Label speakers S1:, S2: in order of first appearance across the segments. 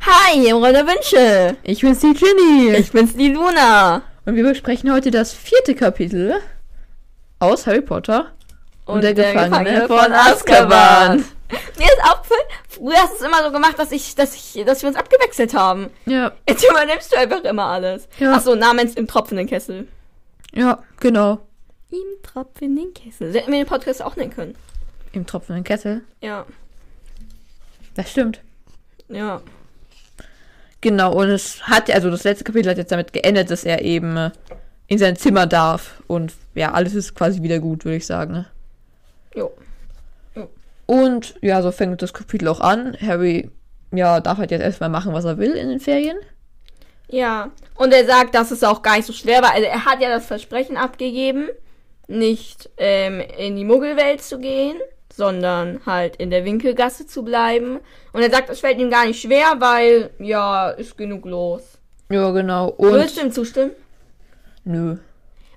S1: Hi, Rolle Wünsche.
S2: Ich bin's die Ginny.
S1: Ich bin's, die Luna.
S2: Und wir besprechen heute das vierte Kapitel aus Harry Potter und, der, Gefangene, von Azkaban.
S1: Mir ist aufgefallen, früher hast du es immer so gemacht, dass ich, dass ich, dass wir uns abgewechselt haben.
S2: Ja,
S1: Jetzt übernimmst du einfach immer alles.
S2: Ja.
S1: Ach so, namens im tropfenden Kessel.
S2: ja, genau.
S1: Im tropfenden Kessel. So hätten wir den Podcast auch nennen können.
S2: Im tropfenden Kessel.
S1: Ja,
S2: Das stimmt.
S1: ja.
S2: Genau, und es hat, also das letzte Kapitel hat jetzt damit geendet, dass er eben äh, in sein Zimmer darf. Und ja, alles ist quasi wieder gut, würde ich sagen. ne?
S1: Jo.
S2: Und ja, so fängt das Kapitel auch an. Harry, ja, darf halt jetzt erstmal machen, was er will in den Ferien.
S1: Ja. Und er sagt, dass es auch gar nicht so schwer war. Also er hat ja das Versprechen abgegeben, nicht ähm, in die Muggelwelt zu gehen, sondern halt in der Winkelgasse zu bleiben. Und er sagt, es fällt ihm gar nicht schwer, weil ja, ist genug los.
S2: Ja, genau. Und.
S1: Würdest du ihm zustimmen?
S2: Nö.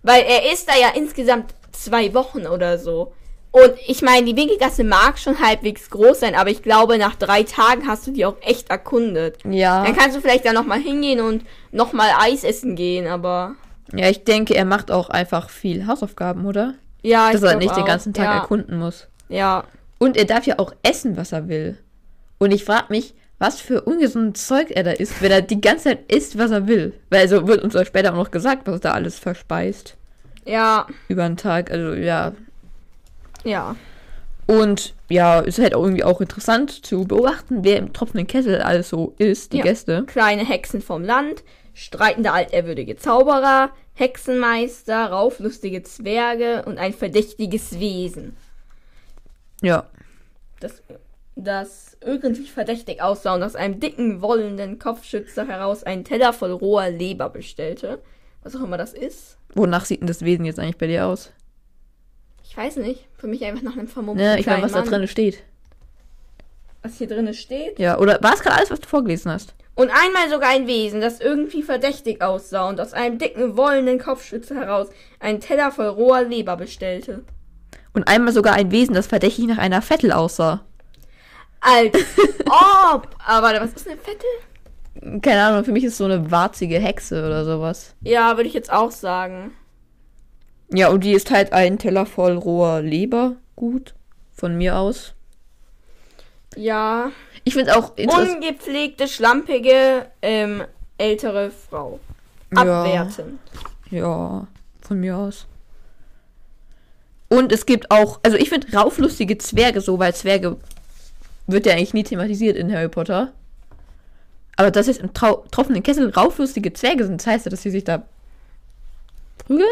S1: Weil er ist da ja insgesamt zwei Wochen oder so. Und ich meine, die Winkelgasse mag schon halbwegs groß sein, aber ich glaube, nach drei Tagen hast du die auch echt erkundet.
S2: Ja.
S1: Dann kannst du vielleicht da nochmal hingehen und nochmal Eis essen gehen, aber.
S2: Ja, ich denke, er macht auch einfach viel Hausaufgaben, oder?
S1: Ja,
S2: Dass
S1: ich
S2: er
S1: glaub
S2: nicht den
S1: auch.
S2: ganzen Tag
S1: ja,
S2: erkunden muss.
S1: Ja.
S2: Und er darf ja auch essen, was er will. Und ich frage mich, was für ungesundes Zeug er da isst, wenn er die ganze Zeit isst, was er will. Weil so wird uns auch später auch noch gesagt, was er da alles verspeist
S1: Ja.
S2: über den Tag. Also ja.
S1: Ja.
S2: Und ja, ist halt auch irgendwie auch interessant zu beobachten, wer im tropfenden Kessel alles so ist, die
S1: Ja.
S2: Gäste.
S1: Kleine Hexen vom Land, streitende altehrwürdige Zauberer, Hexenmeister, rauflustige Zwerge und ein verdächtiges Wesen.
S2: Ja.
S1: das, das irgendwie verdächtig aussah und aus einem dicken, wollenden Kopfschützer heraus einen Teller voll roher Leber bestellte. Was auch immer das ist.
S2: Wonach sieht denn das Wesen jetzt eigentlich bei dir aus?
S1: Ich weiß nicht. Für mich einfach nach einem vermummten
S2: Ne, ich meine,
S1: kleinen
S2: was da
S1: Mann,
S2: drin steht.
S1: was hier drin steht.
S2: Ja, oder war es gerade alles, was du vorgelesen hast?
S1: Und einmal sogar ein Wesen, das irgendwie verdächtig aussah und aus einem dicken, wollenden Kopfschützer heraus einen Teller voll roher Leber bestellte.
S2: Und einmal sogar ein Wesen, das verdächtig nach einer Vettel aussah.
S1: Als ob! Aber was ist eine Fette?
S2: Keine Ahnung, für mich ist so eine warzige Hexe oder sowas.
S1: Ja, würde ich jetzt auch sagen.
S2: Ja, und die ist halt ein Teller voll roher Leber. Gut, von mir aus.
S1: Ja.
S2: Ich find's auch interessant.
S1: ungepflegte, schlampige, ähm, ältere Frau.
S2: Ja.
S1: Abwerten.
S2: Ja, von mir aus. Und es gibt auch, also ich find rauflustige Zwerge so, weil Zwerge wird ja eigentlich nie thematisiert in Harry Potter. Aber dass jetzt im Trau tropfenden Kessel rauflustige Zwerge sind, das heißt ja, dass sie sich da prügeln?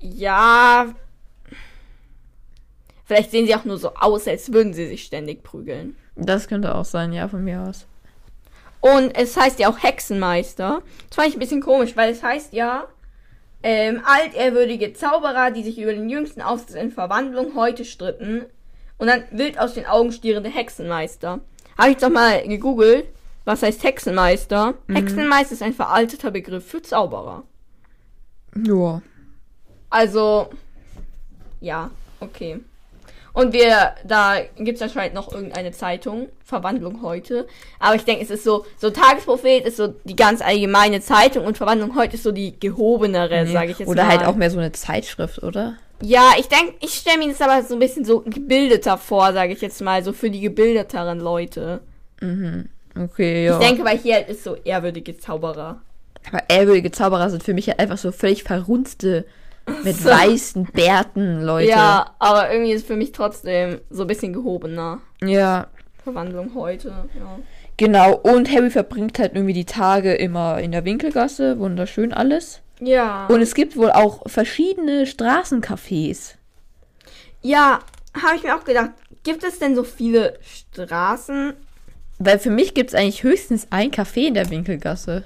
S1: Ja. Vielleicht sehen sie auch nur so aus, als würden sie sich ständig prügeln.
S2: Das könnte auch sein, ja, von mir aus.
S1: Und es heißt ja auch Hexenmeister. Das fand ich ein bisschen komisch, weil es heißt ja, ähm, altehrwürdige Zauberer, die sich über den jüngsten Ausdruck in Verwandlung heute stritten. Und dann wild aus den Augen stierende Hexenmeister. Habe ich doch mal gegoogelt, was heißt Hexenmeister? Hexenmeister ist ein veralteter Begriff für Zauberer.
S2: Ja.
S1: Also, ja, okay. Und wir, da gibt's anscheinend noch irgendeine Zeitung, Verwandlung heute. Aber ich denke, es ist so, so Tagesprophet ist so die ganz allgemeine Zeitung und Verwandlung heute ist so die gehobenere, sage ich jetzt
S2: Oder
S1: mal.
S2: halt auch mehr so eine Zeitschrift, oder?
S1: Ja, ich denke, ich stelle mir das aber so ein bisschen so gebildeter vor, sage ich jetzt mal, so für die gebildeteren Leute.
S2: Okay, ja.
S1: Ich denke, weil hier halt ist so ehrwürdige Zauberer.
S2: Aber ehrwürdige Zauberer sind für mich halt einfach so völlig verrunzte, mit
S1: So.
S2: weißen Bärten, Leute.
S1: Ja, aber irgendwie ist für mich trotzdem so ein bisschen gehobener.
S2: Ja.
S1: Verwandlung heute, ja.
S2: Genau, und Harry verbringt halt irgendwie die Tage immer in der Winkelgasse, wunderschön alles.
S1: Ja.
S2: Und es gibt wohl auch verschiedene Straßencafés.
S1: Ja, habe ich mir auch gedacht. Gibt es denn so viele Straßen?
S2: Weil für mich gibt es eigentlich höchstens ein Café in der Winkelgasse.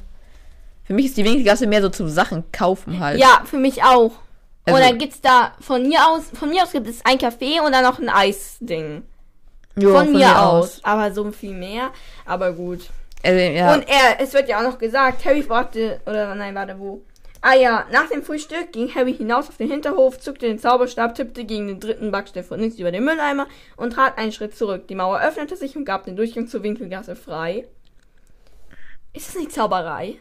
S2: Für mich ist die Winkelgasse mehr so zum Sachen kaufen halt.
S1: Ja, für mich auch.
S2: Also-
S1: Oder gibt's da von mir aus, von mir aus gibt es ein Café und dann noch ein Eisding.
S2: Ja,
S1: Von, mir, aus. Aber so viel mehr. Aber gut.
S2: Also, ja.
S1: Und er, es wird ja auch noch gesagt, Harry brachte, oder nein, warte, wo? Ah ja, nach dem Frühstück ging Harry hinaus auf den Hinterhof, zückte den Zauberstab, tippte gegen den dritten Backstein von links über den Mülleimer und trat einen Schritt zurück. Die Mauer öffnete sich und gab den Durchgang zur Winkelgasse frei. Ist das nicht Zauberei?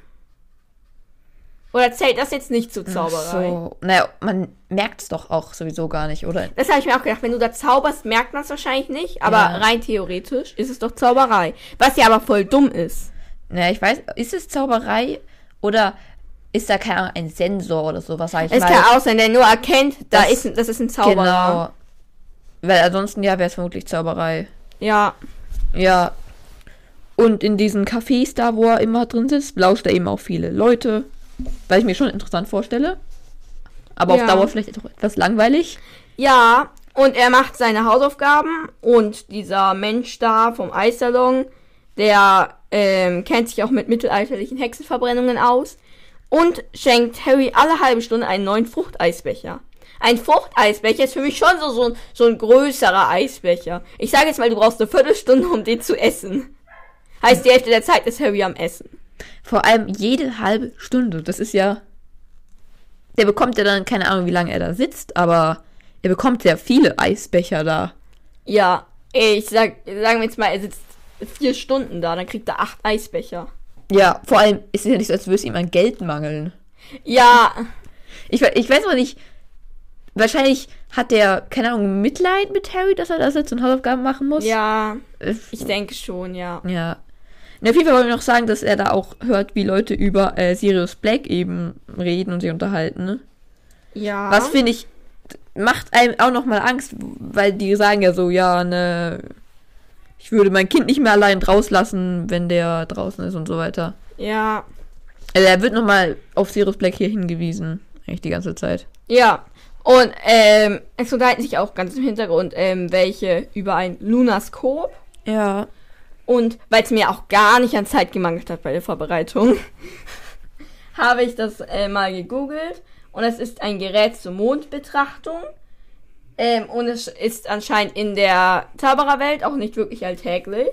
S1: Oder zählt das jetzt nicht zu Zauberei?
S2: So. Naja, man merkt es doch auch sowieso gar nicht, oder?
S1: Das habe ich mir auch gedacht. Wenn du da zauberst, merkt man es wahrscheinlich nicht. Aber
S2: Ja.
S1: rein theoretisch ist es doch Zauberei. Was ja aber voll dumm ist.
S2: Naja, ich weiß, ist es Zauberei oder ist da keine Ahnung, ein Sensor oder sowas, sag ich
S1: Es
S2: mal?
S1: kann auch sein, der nur erkennt, da
S2: Das-
S1: ist, ein- das ist ein Zauberer.
S2: Genau. Weil ansonsten, ja, wäre es vermutlich Zauberei.
S1: Ja.
S2: Ja. Und in diesen Cafés da, wo er immer drin sitzt, lauscht er eben auch viele Leute. Weil ich mir schon interessant vorstelle. Aber
S1: Ja.
S2: auf Dauer vielleicht auch etwas langweilig.
S1: Ja, und er macht seine Hausaufgaben und dieser Mensch da vom Eissalon, der ähm, kennt sich auch mit mittelalterlichen Hexenverbrennungen aus und schenkt Harry alle halbe Stunde einen neuen Fruchteisbecher. Ein Fruchteisbecher ist für mich schon so, so, ein- so ein größerer Eisbecher. Ich sage jetzt mal, du brauchst eine Viertelstunde, um den zu essen. Heißt, die Hälfte der Zeit ist Harry am Essen.
S2: Vor allem jede halbe Stunde. Das ist ja. Der bekommt ja dann, keine Ahnung, wie lange er da sitzt, aber er bekommt ja viele Eisbecher da.
S1: Ja, ich sag, sagen wir jetzt mal, er sitzt vier Stunden da, dann kriegt er acht Eisbecher.
S2: Ja, vor allem ist es ja nicht so, als würde es ihm an Geld mangeln.
S1: Ja,
S2: Ich, we- ich weiß aber nicht. Wahrscheinlich hat der, keine Ahnung, Mitleid mit Harry, dass er da sitzt und Hausaufgaben machen muss.
S1: ja.
S2: Äh,
S1: Ich denke schon, ja.
S2: Ja. Na, auf jeden Fall wollte ich noch sagen, dass er da auch hört, wie Leute über äh, Sirius Black eben reden und sich unterhalten. Ne?
S1: Ja.
S2: Was finde ich, macht einem auch nochmal Angst, weil die sagen ja so, ja, ne, ich würde mein Kind nicht mehr allein rauslassen, wenn der draußen ist und so weiter.
S1: ja.
S2: Also er wird nochmal auf Sirius Black hier hingewiesen, eigentlich die ganze Zeit.
S1: Ja. Und ähm, es unterhalten sich auch ganz im Hintergrund ähm, welche über ein Lunaskop.
S2: Ja.
S1: Und weil es mir auch gar nicht an Zeit gemangelt hat bei der Vorbereitung, habe ich das äh, mal gegoogelt. Und es ist ein Gerät zur Mondbetrachtung. Ähm, und es ist anscheinend in der Zaubererwelt auch nicht wirklich alltäglich.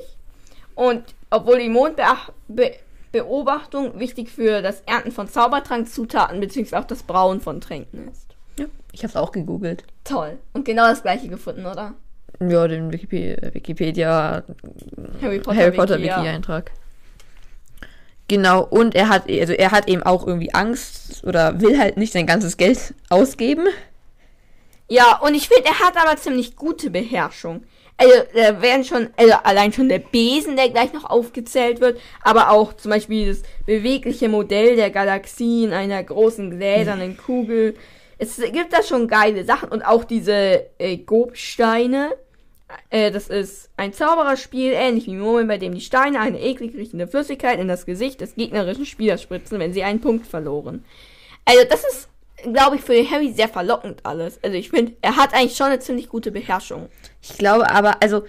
S1: Und obwohl die Mondbeach- Be Beobachtung wichtig für das Ernten von Zaubertrankzutaten bzw. auch das Brauen von Tränken ist.
S2: ja. Ich hab's auch gegoogelt.
S1: Toll. Und genau das gleiche gefunden, oder?
S2: Ja, den Wikipedia, Wikipedia
S1: Harry Potter,
S2: Harry Potter
S1: Wiki, ja.
S2: Wiki-Eintrag. Genau, und er hat, also er hat eben auch irgendwie Angst oder will halt nicht sein ganzes Geld ausgeben.
S1: Ja, und ich finde, er hat aber ziemlich gute Beherrschung. Also, da werden schon, also allein schon der Besen, der gleich noch aufgezählt wird, aber auch zum Beispiel das bewegliche Modell der Galaxie in einer großen gläsernen Kugel. Es gibt da schon geile Sachen und auch diese äh, Gobsteine. Äh, das ist ein Zaubererspiel, ähnlich wie Murmeln, bei dem die Steine eine eklig riechende Flüssigkeit in das Gesicht des gegnerischen Spielers spritzen, wenn sie einen Punkt verloren. Also das ist, glaube ich, für den Harry sehr verlockend alles. Also ich finde, er hat eigentlich schon eine ziemlich gute Beherrschung.
S2: Ich glaube aber, also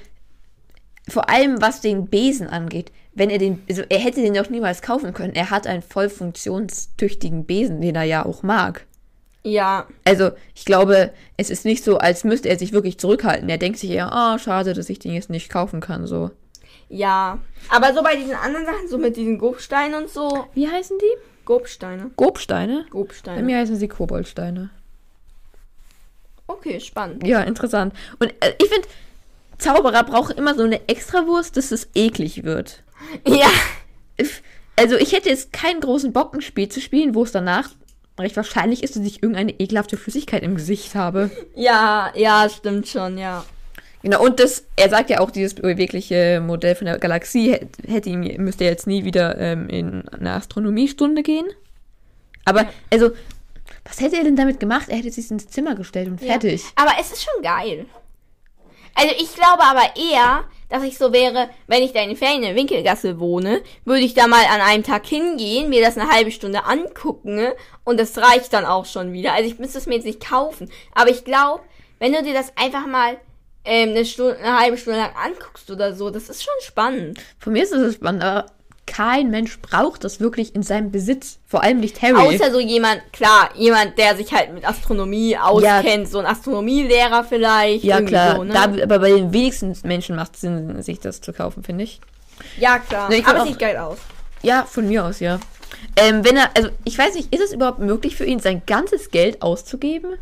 S2: vor allem was den Besen angeht, wenn er den, also er hätte den doch niemals kaufen können. Er hat einen voll funktionstüchtigen Besen, den er ja auch mag.
S1: Ja,
S2: Also ich glaube, es ist nicht so, als müsste er sich wirklich zurückhalten. Er denkt sich eher, ah, schade, dass ich den jetzt nicht kaufen kann, so.
S1: ja. Aber so bei diesen anderen Sachen, so mit diesen Gobsteinen und so.
S2: Wie heißen die?
S1: Gobsteine.
S2: Gobsteine? Bei
S1: Gobsteine.
S2: mir heißen sie Koboldsteine.
S1: Okay, spannend.
S2: Ja, interessant. Und äh, ich finde, Zauberer brauchen immer so eine Extrawurst, dass es eklig wird.
S1: Ja.
S2: Ich- Also ich hätte jetzt keinen großen Bock, ein Spiel zu spielen, wo es danach recht wahrscheinlich ist, dass ich irgendeine ekelhafte Flüssigkeit im Gesicht habe.
S1: Ja, ja, stimmt schon, ja.
S2: Genau, und das, er sagt ja auch, dieses bewegliche Modell von der Galaxie hä- hätte ihm, müsste jetzt nie wieder ähm, in eine Astronomiestunde gehen. Aber, also, was hätte er denn damit gemacht? Er hätte sich ins Zimmer gestellt und fertig.
S1: Ja. Aber es ist schon geil. Also ich glaube aber eher, dass ich so wäre, wenn ich da in den Ferien in der Winkelgasse wohne, würde ich da mal an einem Tag hingehen, mir das eine halbe Stunde angucken ne? und das reicht dann auch schon wieder. Also ich müsste es mir jetzt nicht kaufen. Aber ich glaube, wenn du dir das einfach mal ähm, eine, Stunde, eine halbe Stunde lang anguckst oder so, das ist schon spannend.
S2: Von mir ist es spannend, aber kein Mensch braucht das wirklich in seinem Besitz. Vor allem nicht Harry.
S1: Außer so jemand, klar, jemand, der sich halt mit Astronomie auskennt, so ein Astronomielehrer vielleicht.
S2: ja,
S1: irgendwie
S2: klar.
S1: So, ne?
S2: da, aber bei den wenigsten Menschen macht es Sinn, sich das zu kaufen, finde ich.
S1: ja, klar.
S2: Nee, ich
S1: aber
S2: glaub
S1: es
S2: auch-
S1: sieht geil aus.
S2: Ja, von mir aus, ja. Ähm, wenn er, also ich weiß nicht, ist es überhaupt möglich für ihn, sein ganzes Geld auszugeben?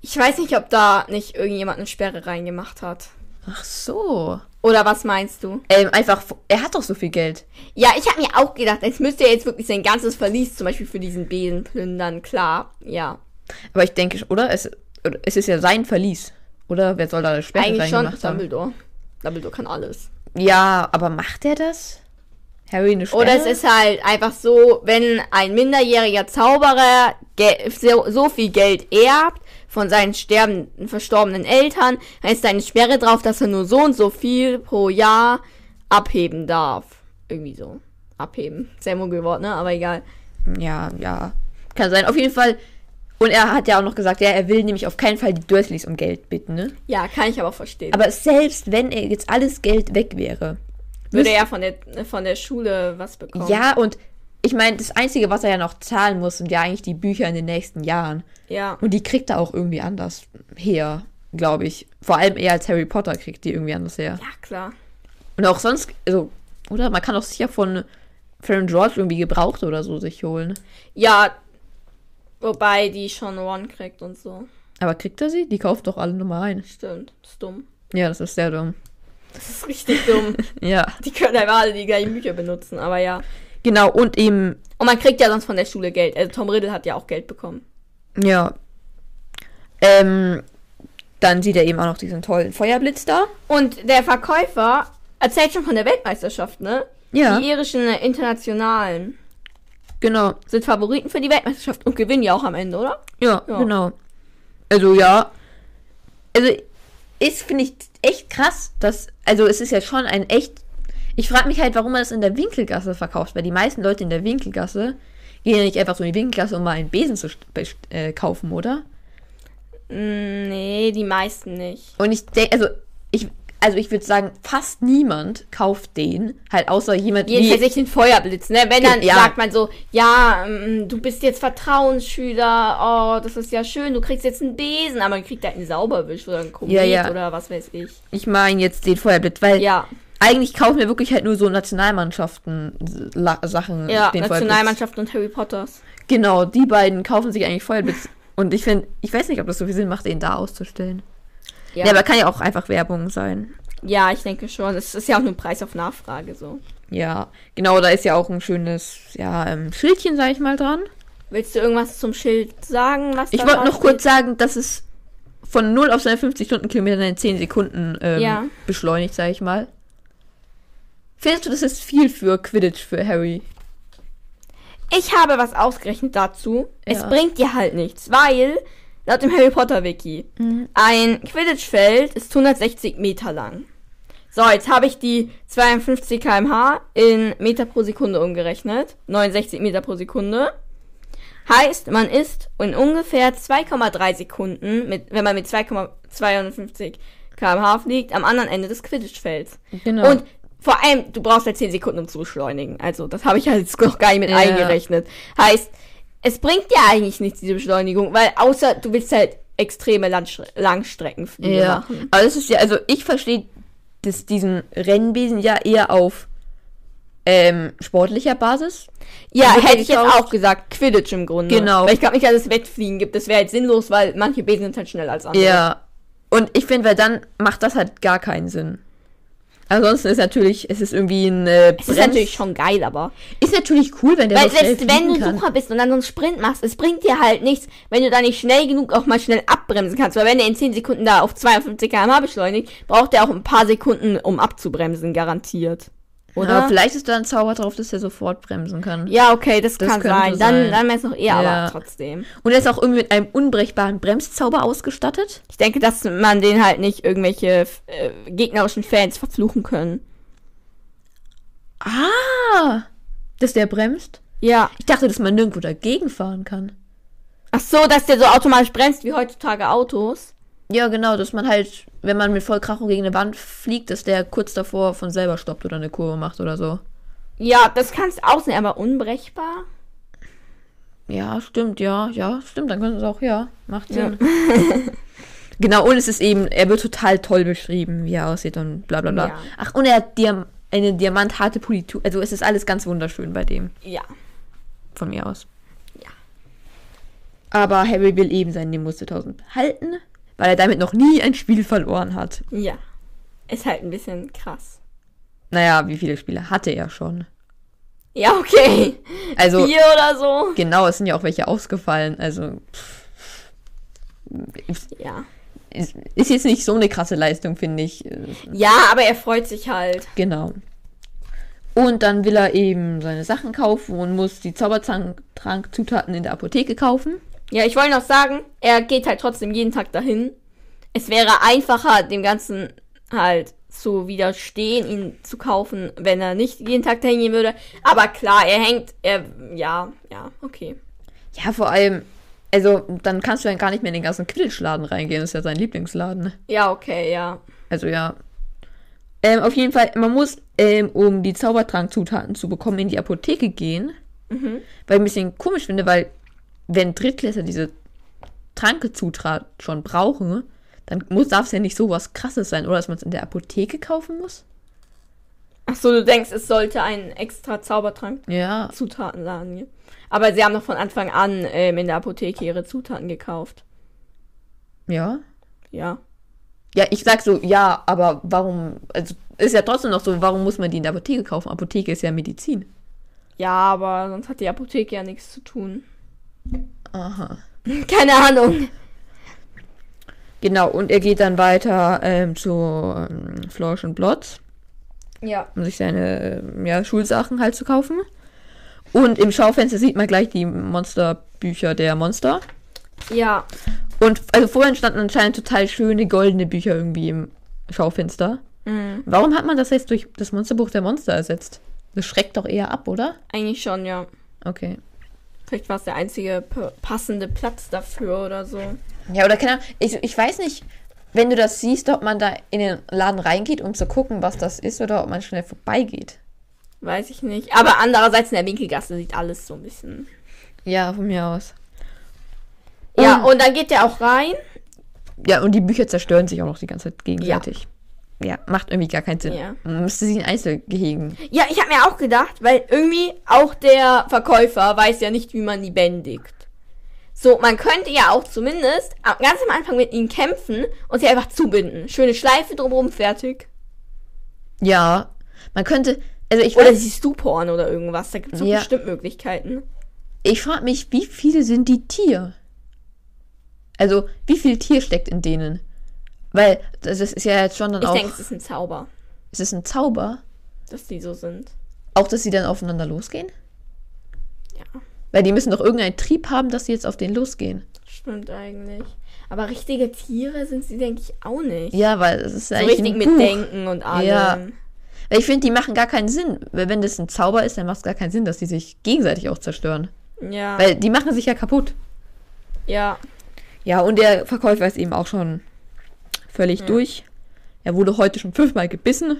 S1: Ich weiß nicht, ob da nicht irgendjemand eine Sperre reingemacht hat.
S2: Ach so.
S1: Oder was meinst du?
S2: Ähm, einfach, er hat doch so viel Geld.
S1: Ja, ich habe mir auch gedacht, jetzt müsste er jetzt wirklich sein ganzes Verlies zum Beispiel für diesen Besen plündern. Klar, ja.
S2: Aber ich denke, oder? Es, oder es ist ja sein Verlies. Oder wer soll da das Sperre
S1: Eigentlich schon
S2: reingemacht haben?
S1: Dumbledore. Dumbledore kann alles.
S2: Ja, aber macht er das? Harry eine Sperre?
S1: Oder es ist halt einfach so, wenn ein minderjähriger Zauberer ge- so, so viel Geld erbt von seinen sterbenden, verstorbenen Eltern, dann ist da eine Sperre drauf, dass er nur so und so viel pro Jahr abheben darf. Irgendwie so. Abheben. Sehr Muggelwort, ne? Aber egal.
S2: Ja, ja. Kann sein. Auf jeden Fall. Und er hat ja auch noch gesagt, ja, er will nämlich auf keinen Fall die Dursleys um Geld bitten, ne?
S1: Ja, kann ich aber verstehen.
S2: Aber selbst wenn er jetzt alles Geld weg wäre.
S1: Würde er von der, von der Schule was bekommen.
S2: Ja, und ich meine, das Einzige, was er ja noch zahlen muss, sind ja eigentlich die Bücher in den nächsten Jahren.
S1: Ja.
S2: Und die kriegt er auch irgendwie anders her, glaube ich. Vor allem eher als Harry Potter kriegt die irgendwie anders her.
S1: Ja, klar.
S2: Und auch sonst, also, oder? Man kann auch sicher von Fern George irgendwie gebraucht oder so sich holen.
S1: Ja. Wobei die schon One kriegt und so.
S2: Aber kriegt er sie? Die kauft doch alle nochmal ein.
S1: Stimmt. Ist dumm.
S2: Ja, das ist sehr dumm.
S1: Das ist richtig dumm.
S2: Ja.
S1: Die können einfach alle die gleichen Bücher benutzen, aber ja.
S2: Genau, und eben,
S1: Und man kriegt ja sonst von der Schule Geld. Also Tom Riddle hat ja auch Geld bekommen.
S2: ja. Ähm, dann sieht er eben auch noch diesen tollen Feuerblitz da.
S1: Und der Verkäufer erzählt schon von der Weltmeisterschaft, ne?
S2: Ja.
S1: Die irischen äh, Internationalen
S2: Genau.
S1: sind Favoriten für die Weltmeisterschaft und gewinnen ja auch am Ende, oder?
S2: Ja,
S1: Ja.
S2: genau. Also ja. Also ist finde ich echt krass, dass also es ist ja schon ein echt Ich frage mich halt, warum man das in der Winkelgasse verkauft, weil die meisten Leute in der Winkelgasse gehen ja nicht einfach so in die Winkelgasse, um mal einen Besen zu st- best- äh, kaufen, oder?
S1: Mm, Nee, die meisten nicht.
S2: Und ich denke, also ich also ich würde sagen, fast niemand kauft den, halt außer jemand
S1: Jedenfalls nicht den Feuerblitz, ne? Wenn dann
S2: Ja.
S1: sagt man so, ja, mm, du bist jetzt Vertrauensschüler, oh, das ist ja schön, du kriegst jetzt einen Besen, aber man kriegt halt einen Sauberwisch oder einen Komet
S2: Ja, ja. Äh,
S1: oder was weiß ich.
S2: ich meine jetzt den Feuerblitz, weil
S1: Ja.
S2: eigentlich kaufen wir wirklich halt nur so Nationalmannschaften äh, La- Sachen
S1: Ja,
S2: Feuerblitz.
S1: Nationalmannschaft und Harry Potters.
S2: Genau, die beiden kaufen sich eigentlich Feuerblitz. Und ich finde, ich weiß nicht, ob das so viel Sinn macht, den da auszustellen. Ja, aber kann ja auch einfach Werbung sein.
S1: Ja, ich denke schon. Es ist ja auch nur ein Preis auf Nachfrage so.
S2: Ja, genau, da ist ja auch ein schönes ja, ähm, Schildchen, sag ich mal, dran.
S1: Willst du irgendwas zum Schild sagen, was
S2: Ich
S1: da
S2: wollte
S1: drauf
S2: noch kurz sagen, dass es von 0 auf seine 50 Stundenkilometer in 10 Sekunden ähm,
S1: Ja.
S2: beschleunigt, sag ich mal. Findest du, das ist viel für Quidditch, für Harry?
S1: steht? Ich habe was ausgerechnet dazu. Es
S2: Ja.
S1: bringt dir halt nichts, weil laut dem Harry Potter Wiki ein Quidditch-Feld ist 160 Meter lang. So, jetzt habe ich die 52 km/h in Meter pro Sekunde umgerechnet. 69 Meter pro Sekunde. Heißt, man ist in ungefähr 2,3 Sekunden, mit, wenn man mit 2,52 km/h fliegt, am anderen Ende des Quidditch-Felds.
S2: Genau.
S1: Und vor allem, du brauchst ja 10 Sekunden, um zu beschleunigen. Also, das habe ich halt jetzt noch gar nicht mit
S2: Ja.
S1: eingerechnet. Heißt, es bringt dir eigentlich nichts, diese Beschleunigung, weil außer du willst halt extreme Landschre- Langstreckenflüge
S2: Ja,
S1: machen.
S2: aber das ist ja, also ich verstehe das- diesen Rennbesen ja eher auf ähm, sportlicher Basis.
S1: Ja,
S2: Wird
S1: hätte ich jetzt
S2: gekauft?
S1: auch gesagt, Quidditch im Grunde.
S2: Genau.
S1: Weil ich glaube nicht, dass es Wettfliegen gibt. Das wäre halt sinnlos, weil manche Besen sind halt schneller als andere.
S2: Ja. Und ich finde, weil dann macht das halt gar keinen Sinn. Ansonsten ist natürlich, es ist irgendwie ein äh,
S1: Das ist
S2: Brems-
S1: natürlich schon geil, aber.
S2: ist natürlich cool, wenn der
S1: Weil
S2: so schnell
S1: selbst wenn du
S2: fliegen kann.
S1: Sucher bist und dann so einen Sprint machst, es bringt dir halt nichts, wenn du da nicht schnell genug auch mal schnell abbremsen kannst. Weil wenn er in 10 Sekunden da auf 52 km/h beschleunigt, braucht er auch ein paar Sekunden, um abzubremsen, garantiert. Oder?
S2: Aber vielleicht ist da ein Zauber drauf, dass der sofort bremsen kann.
S1: ja, okay, das,
S2: Das
S1: kann
S2: könnte
S1: sein. Dann,
S2: sein.
S1: dann wäre es noch eher,
S2: Ja.
S1: aber trotzdem.
S2: Und er ist auch irgendwie mit einem unbrechbaren Bremszauber ausgestattet.
S1: Ich denke, dass man den halt nicht irgendwelche äh, gegnerischen Fans verfluchen können.
S2: Ah! Dass der bremst.
S1: Ja.
S2: Ich dachte, dass man nirgendwo dagegen fahren kann.
S1: Ach so, dass der so automatisch bremst wie heutzutage Autos.
S2: Ja, genau, dass man halt, wenn man mit Vollkrachung gegen eine Wand fliegt, dass der kurz davor von selber stoppt oder eine Kurve macht oder so.
S1: Ja, das kannst auch sein, aber unbrechbar.
S2: Ja, stimmt, ja, ja, stimmt, dann können sie es auch, ja, macht Sinn. genau, und es ist eben, er wird total toll beschrieben, wie er aussieht und bla bla bla.
S1: Ja.
S2: Ach, und er hat Diam eine diamantharte Politur, also es ist alles ganz wunderschön bei dem,
S1: Ja.
S2: von mir aus.
S1: Ja.
S2: Aber Harry will eben seinen Nimbus 2000 behalten, weil er damit noch nie ein Spiel verloren hat.
S1: Ja. Ist halt ein bisschen krass.
S2: Naja, wie viele Spiele hatte er schon?
S1: Ja, okay.
S2: Also,
S1: Vier oder so.
S2: genau, es sind ja auch welche ausgefallen. Also, pff,
S1: Ja.
S2: ist, ist jetzt nicht so eine krasse Leistung, finde ich. Äh,
S1: Ja, aber er freut sich halt.
S2: Genau. Und dann will er eben seine Sachen kaufen und muss die Zaubertrank-Zutaten in der Apotheke kaufen.
S1: Ja, ich wollte noch sagen, er geht halt trotzdem jeden Tag dahin. Es wäre einfacher, dem Ganzen halt zu widerstehen, ihn zu kaufen, wenn er nicht jeden Tag dahin gehen würde. Aber klar, er hängt, er, ja, ja, okay.
S2: Ja, vor allem, also dann kannst du ja gar nicht mehr in den ganzen Quidditch-Laden reingehen. Das ist ja sein Lieblingsladen.
S1: Ja, okay, ja.
S2: Also ja. Ähm, auf jeden Fall, man muss, ähm, um die Zaubertrankzutaten zu bekommen, in die Apotheke gehen. Weil ich ein bisschen komisch finde, weil wenn Drittklässler diese Trankezutat schon brauchen, dann muss darf es ja nicht so was krasses sein, oder dass man es in der Apotheke kaufen muss.
S1: Ach so, du denkst, es sollte einen extra Zaubertrank
S2: Ja.
S1: Zutatenladen geben. Aber sie haben doch von Anfang an ähm, in der Apotheke ihre Zutaten gekauft.
S2: Ja.
S1: Ja.
S2: Ja, ich sag so, ja, aber warum, also ist ja trotzdem noch so, warum muss man die in der Apotheke kaufen? Apotheke ist ja Medizin.
S1: Ja, aber sonst hat die Apotheke ja nichts zu tun.
S2: Aha.
S1: Keine Ahnung.
S2: Genau, und er geht dann weiter ähm, zu ähm, Florsch und Blotz,
S1: Ja.
S2: um sich seine ähm, ja, Schulsachen halt zu kaufen. Und im Schaufenster sieht man gleich die Monsterbücher der Monster.
S1: Ja.
S2: Und also vorhin standen anscheinend total schöne goldene Bücher irgendwie im Schaufenster.
S1: Mhm.
S2: Warum hat man das jetzt durch das Monsterbuch der Monster ersetzt? Das schreckt doch eher ab, oder?
S1: Eigentlich schon, ja.
S2: Okay.
S1: Vielleicht war es der einzige p- passende Platz dafür oder so.
S2: Ja, oder keine Ahnung. Ich, ich weiß nicht, wenn du das siehst, ob man da in den Laden reingeht, um zu gucken, was das ist, oder ob man schnell vorbeigeht.
S1: Weiß ich nicht. Aber andererseits in der Winkelgasse sieht alles so ein bisschen.
S2: Ja, von mir aus.
S1: Ja, und dann geht der auch rein.
S2: Ja, und die Bücher zerstören sich auch noch die ganze Zeit gegenseitig. Ja, macht irgendwie gar keinen Sinn.
S1: Ja.
S2: Man müsste sie in Einzelgehegen.
S1: Ja, ich habe mir auch gedacht, weil irgendwie auch der Verkäufer weiß ja nicht, wie man die bändigt. So, man könnte ja auch zumindest am- ganz am Anfang mit ihnen kämpfen und sie einfach zubinden. Schöne Schleife drumherum, fertig.
S2: Ja, man könnte. Also ich
S1: Oder
S2: weiß,
S1: sie Stuporn oder irgendwas. Da gibt es
S2: Ja.
S1: bestimmt Möglichkeiten.
S2: ich frage mich, wie viele sind die Tier? Also, wie viel Tier steckt in denen? Weil das ist ja jetzt schon dann
S1: Ich
S2: auch.
S1: denke, es ist ein Zauber,
S2: es ist ein Zauber.
S1: dass die so sind.
S2: Auch, dass sie dann aufeinander losgehen?
S1: Ja.
S2: Weil die müssen doch irgendeinen Trieb haben, dass sie jetzt auf den losgehen.
S1: Stimmt eigentlich. Aber richtige Tiere sind sie, denke ich, auch nicht.
S2: Ja, weil es ist
S1: so
S2: eigentlich
S1: richtig
S2: ein
S1: mit
S2: Buch.
S1: Denken und allem.
S2: Ja. Weil ich finde, die machen gar keinen Sinn. Weil wenn das ein Zauber ist, dann macht es gar keinen Sinn, dass die sich gegenseitig auch zerstören.
S1: Ja.
S2: Weil die machen sich ja kaputt.
S1: ja.
S2: Ja, und der Verkäufer ist eben auch schon völlig durch. Er wurde heute schon fünfmal gebissen.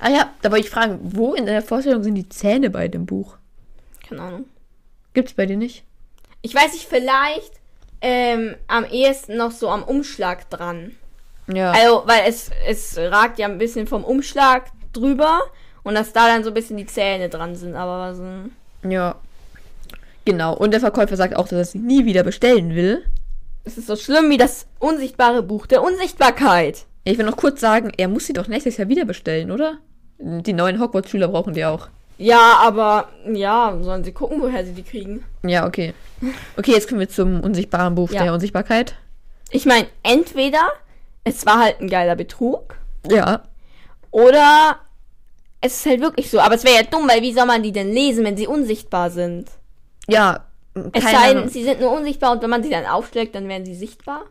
S2: Ah ja, da wollte ich fragen, wo in der Vorstellung sind die Zähne bei dem Buch?
S1: Keine Ahnung.
S2: Gibt's bei dir nicht?
S1: Ich weiß nicht, vielleicht ähm, am ehesten noch so am Umschlag dran.
S2: Ja.
S1: Also, weil es, es ragt ja ein bisschen vom Umschlag drüber und dass da dann so ein bisschen die Zähne dran sind. Aber so,
S2: ja. Genau. Und der Verkäufer sagt auch, dass er sie nie wieder bestellen will.
S1: es ist so schlimm wie das unsichtbare Buch der Unsichtbarkeit.
S2: Ich will noch kurz sagen, er muss sie doch nächstes Jahr wieder bestellen, oder? Die neuen Hogwarts-Schüler brauchen die auch.
S1: Ja, aber ja, sollen sie gucken, woher sie die kriegen.
S2: Ja, okay. Okay, jetzt kommen wir zum unsichtbaren Buch
S1: Ja.
S2: der Unsichtbarkeit.
S1: Ich meine, entweder es war halt ein geiler Betrug
S2: Ja.
S1: oder es ist halt wirklich so. Aber es wäre ja dumm, weil wie soll man die denn lesen, wenn sie unsichtbar sind?
S2: Ja.
S1: Es
S2: Keine
S1: sei
S2: Ahnung.
S1: denn, sie sind nur unsichtbar und wenn man sie dann aufschlägt, dann werden sie sichtbar.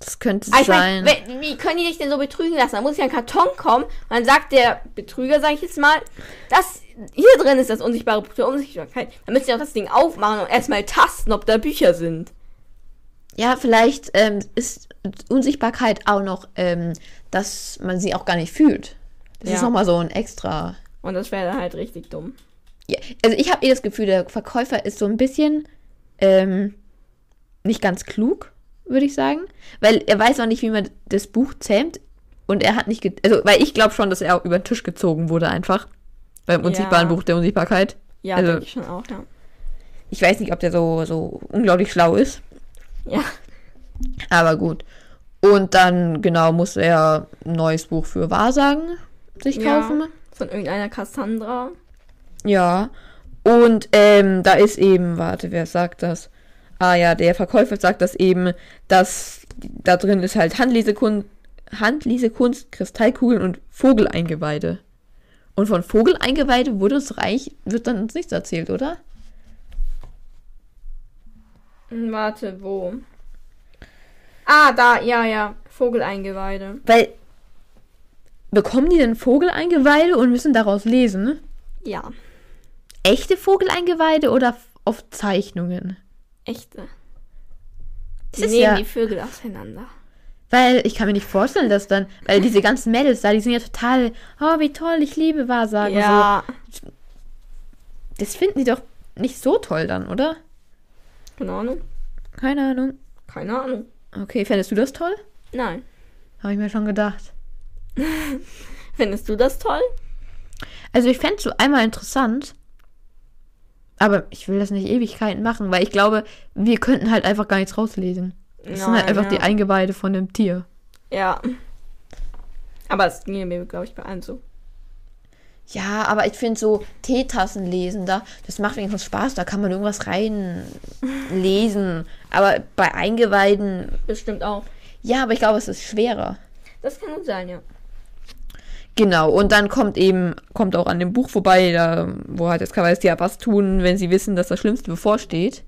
S2: Das könnte
S1: Aber Ah, ich
S2: sein.
S1: mein, we- wie können die dich denn so betrügen lassen? Da muss ja ein Karton kommen und dann sagt der Betrüger, sage ich jetzt mal, das hier drin ist das unsichtbare Buch der Unsichtbarkeit. Dann müssen sie auch das Ding aufmachen und erstmal tasten, ob da Bücher sind.
S2: ja, vielleicht ähm, ist Unsichtbarkeit auch noch, ähm, dass man sie auch gar nicht fühlt. Das
S1: Ja.
S2: ist nochmal so ein extra.
S1: Und das wäre dann halt richtig dumm.
S2: Ja, also ich habe eh das Gefühl, der Verkäufer ist so ein bisschen ähm, nicht ganz klug, würde ich sagen. Weil er weiß auch nicht, wie man das Buch zähmt. Und er hat nicht. ge- Also, weil ich glaube schon, dass er auch über den Tisch gezogen wurde, einfach. Beim unsichtbaren
S1: Ja.
S2: Buch der Unsichtbarkeit.
S1: Ja,
S2: Also-
S1: denke ich schon auch, ja.
S2: Ich weiß nicht, ob der so, so unglaublich schlau ist.
S1: Ja.
S2: Aber gut. Und dann, genau, muss er ein neues Buch für Wahrsagen sich
S1: Ja.
S2: kaufen.
S1: Von irgendeiner Cassandra.
S2: Ja. Und ähm, da ist eben, warte, wer sagt das? Ah ja, der Verkäufer sagt das eben, dass da drin ist halt Handlesekunst, Handlesekunst, Kristallkugeln und Vogeleingeweide. Und von Vogeleingeweide wurde uns reich, wird dann uns nichts erzählt, oder?
S1: Hm, Warte, wo? Ah, da, ja, ja. Vogeleingeweide.
S2: Weil bekommen die denn Vogeleingeweide und müssen daraus lesen?
S1: Ja,
S2: Echte Vogeleingeweide oder f- auf Zeichnungen?
S1: echte.
S2: Das
S1: äh. Die
S2: ist
S1: nehmen
S2: ja-
S1: die Vögel auseinander.
S2: Weil ich kann mir nicht vorstellen, dass dann, weil diese ganzen Mädels da, die sind ja total, oh, wie toll, ich liebe Wahrsagen. Ja.
S1: Ja,
S2: So. Das finden die doch nicht so toll dann, oder?
S1: keine Ahnung.
S2: Keine Ahnung.
S1: Keine Ahnung.
S2: Okay, fändest du das toll?
S1: Nein.
S2: Habe ich mir schon gedacht.
S1: Findest du das toll?
S2: Also ich fände es so einmal interessant, aber ich will das nicht Ewigkeiten machen, weil ich glaube, wir könnten halt einfach gar nichts rauslesen. Das sind halt
S1: Nein,
S2: einfach
S1: ja.
S2: die Eingeweide von dem Tier.
S1: Ja. Aber es ging mir, glaube ich, bei allen so.
S2: Ja, aber ich finde so Teetassen lesen da, das macht wenigstens Spaß, da kann man irgendwas reinlesen. Aber bei Eingeweiden,
S1: Bestimmt auch.
S2: ja, aber ich glaube, es ist schwerer.
S1: Das kann gut sein, ja.
S2: Genau, und dann kommt eben, kommt auch an dem Buch vorbei, da, wo halt jetzt Kawaii ja was tun, wenn sie wissen, dass das Schlimmste bevorsteht.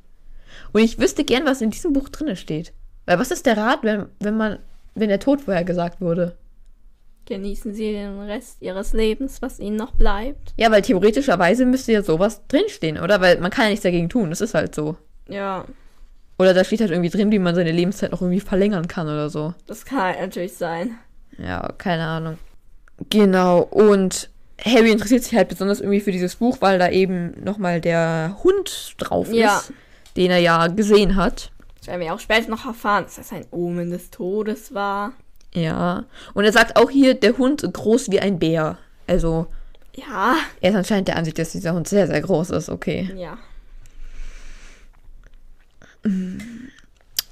S2: Und ich wüsste gern, was in diesem Buch drinne steht. Weil was ist der Rat, wenn, wenn man, wenn der Tod vorher gesagt wurde?
S1: Genießen Sie den Rest Ihres Lebens, was Ihnen noch bleibt.
S2: Ja, weil theoretischerweise müsste ja sowas drinstehen, oder? Weil man kann ja nichts dagegen tun, das ist halt so.
S1: Ja,
S2: Oder da steht halt irgendwie drin, wie man seine Lebenszeit noch irgendwie verlängern kann oder so.
S1: das kann halt natürlich sein.
S2: Ja, keine Ahnung. Genau, und Harry interessiert sich halt besonders irgendwie für dieses Buch, weil da eben nochmal der Hund drauf
S1: Ja.
S2: ist, den er ja gesehen hat.
S1: Das werden wir auch später noch erfahren, dass das ein Omen des Todes war.
S2: Ja. Und er sagt auch hier, der Hund ist groß wie ein Bär. Also,
S1: Ja,
S2: er ist anscheinend der Ansicht, dass dieser Hund sehr, sehr groß ist, okay.
S1: ja.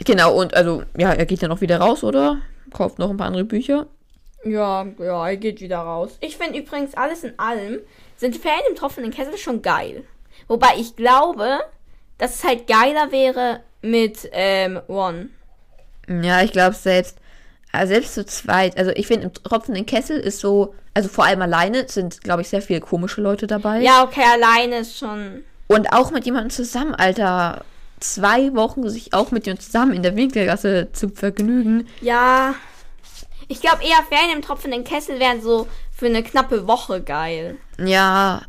S2: Genau, und also, ja, er geht dann auch wieder raus, oder? Kauft noch ein paar andere Bücher.
S1: Ja, ja, er geht wieder raus. Ich finde übrigens alles in allem sind Ferien im tropfenden Kessel schon geil. Wobei ich glaube, dass es halt geiler wäre mit ähm, One.
S2: Ja, ich glaube selbst, äh, selbst zu zweit, also ich finde, im tropfenden Kessel ist so, also vor allem alleine sind, glaube ich, sehr viele komische Leute dabei.
S1: Ja, okay, alleine ist schon.
S2: Und auch mit jemandem zusammen, Alter, zwei Wochen sich auch mit jemandem zusammen in der Winkelgasse zu vergnügen.
S1: Ja. Ich glaube eher Ferien im tropfenden Kessel wären so für eine knappe Woche geil.
S2: Ja,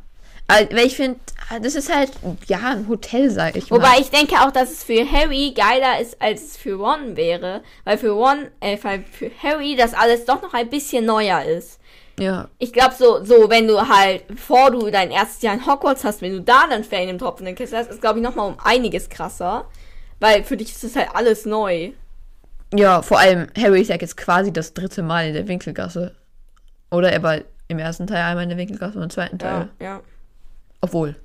S2: äh, weil ich finde, das ist halt, ja, ein Hotel, sag ich mal.
S1: Wobei ich denke auch, dass es für Harry geiler ist, als es für Ron wäre. Weil für Ron, äh, weil für Harry das alles doch noch ein bisschen neuer ist.
S2: Ja,
S1: Ich glaube, so, so, wenn du halt, bevor du dein erstes Jahr in Hogwarts hast, wenn du da dann Ferien im tropfenden Kessel hast, ist, glaube ich, nochmal um einiges krasser. Weil für dich ist das halt alles neu.
S2: ja, vor allem, Harry ist ja jetzt quasi das dritte Mal in der Winkelgasse. Oder er war im ersten Teil einmal in der Winkelgasse und im zweiten Teil.
S1: ja.
S2: Obwohl,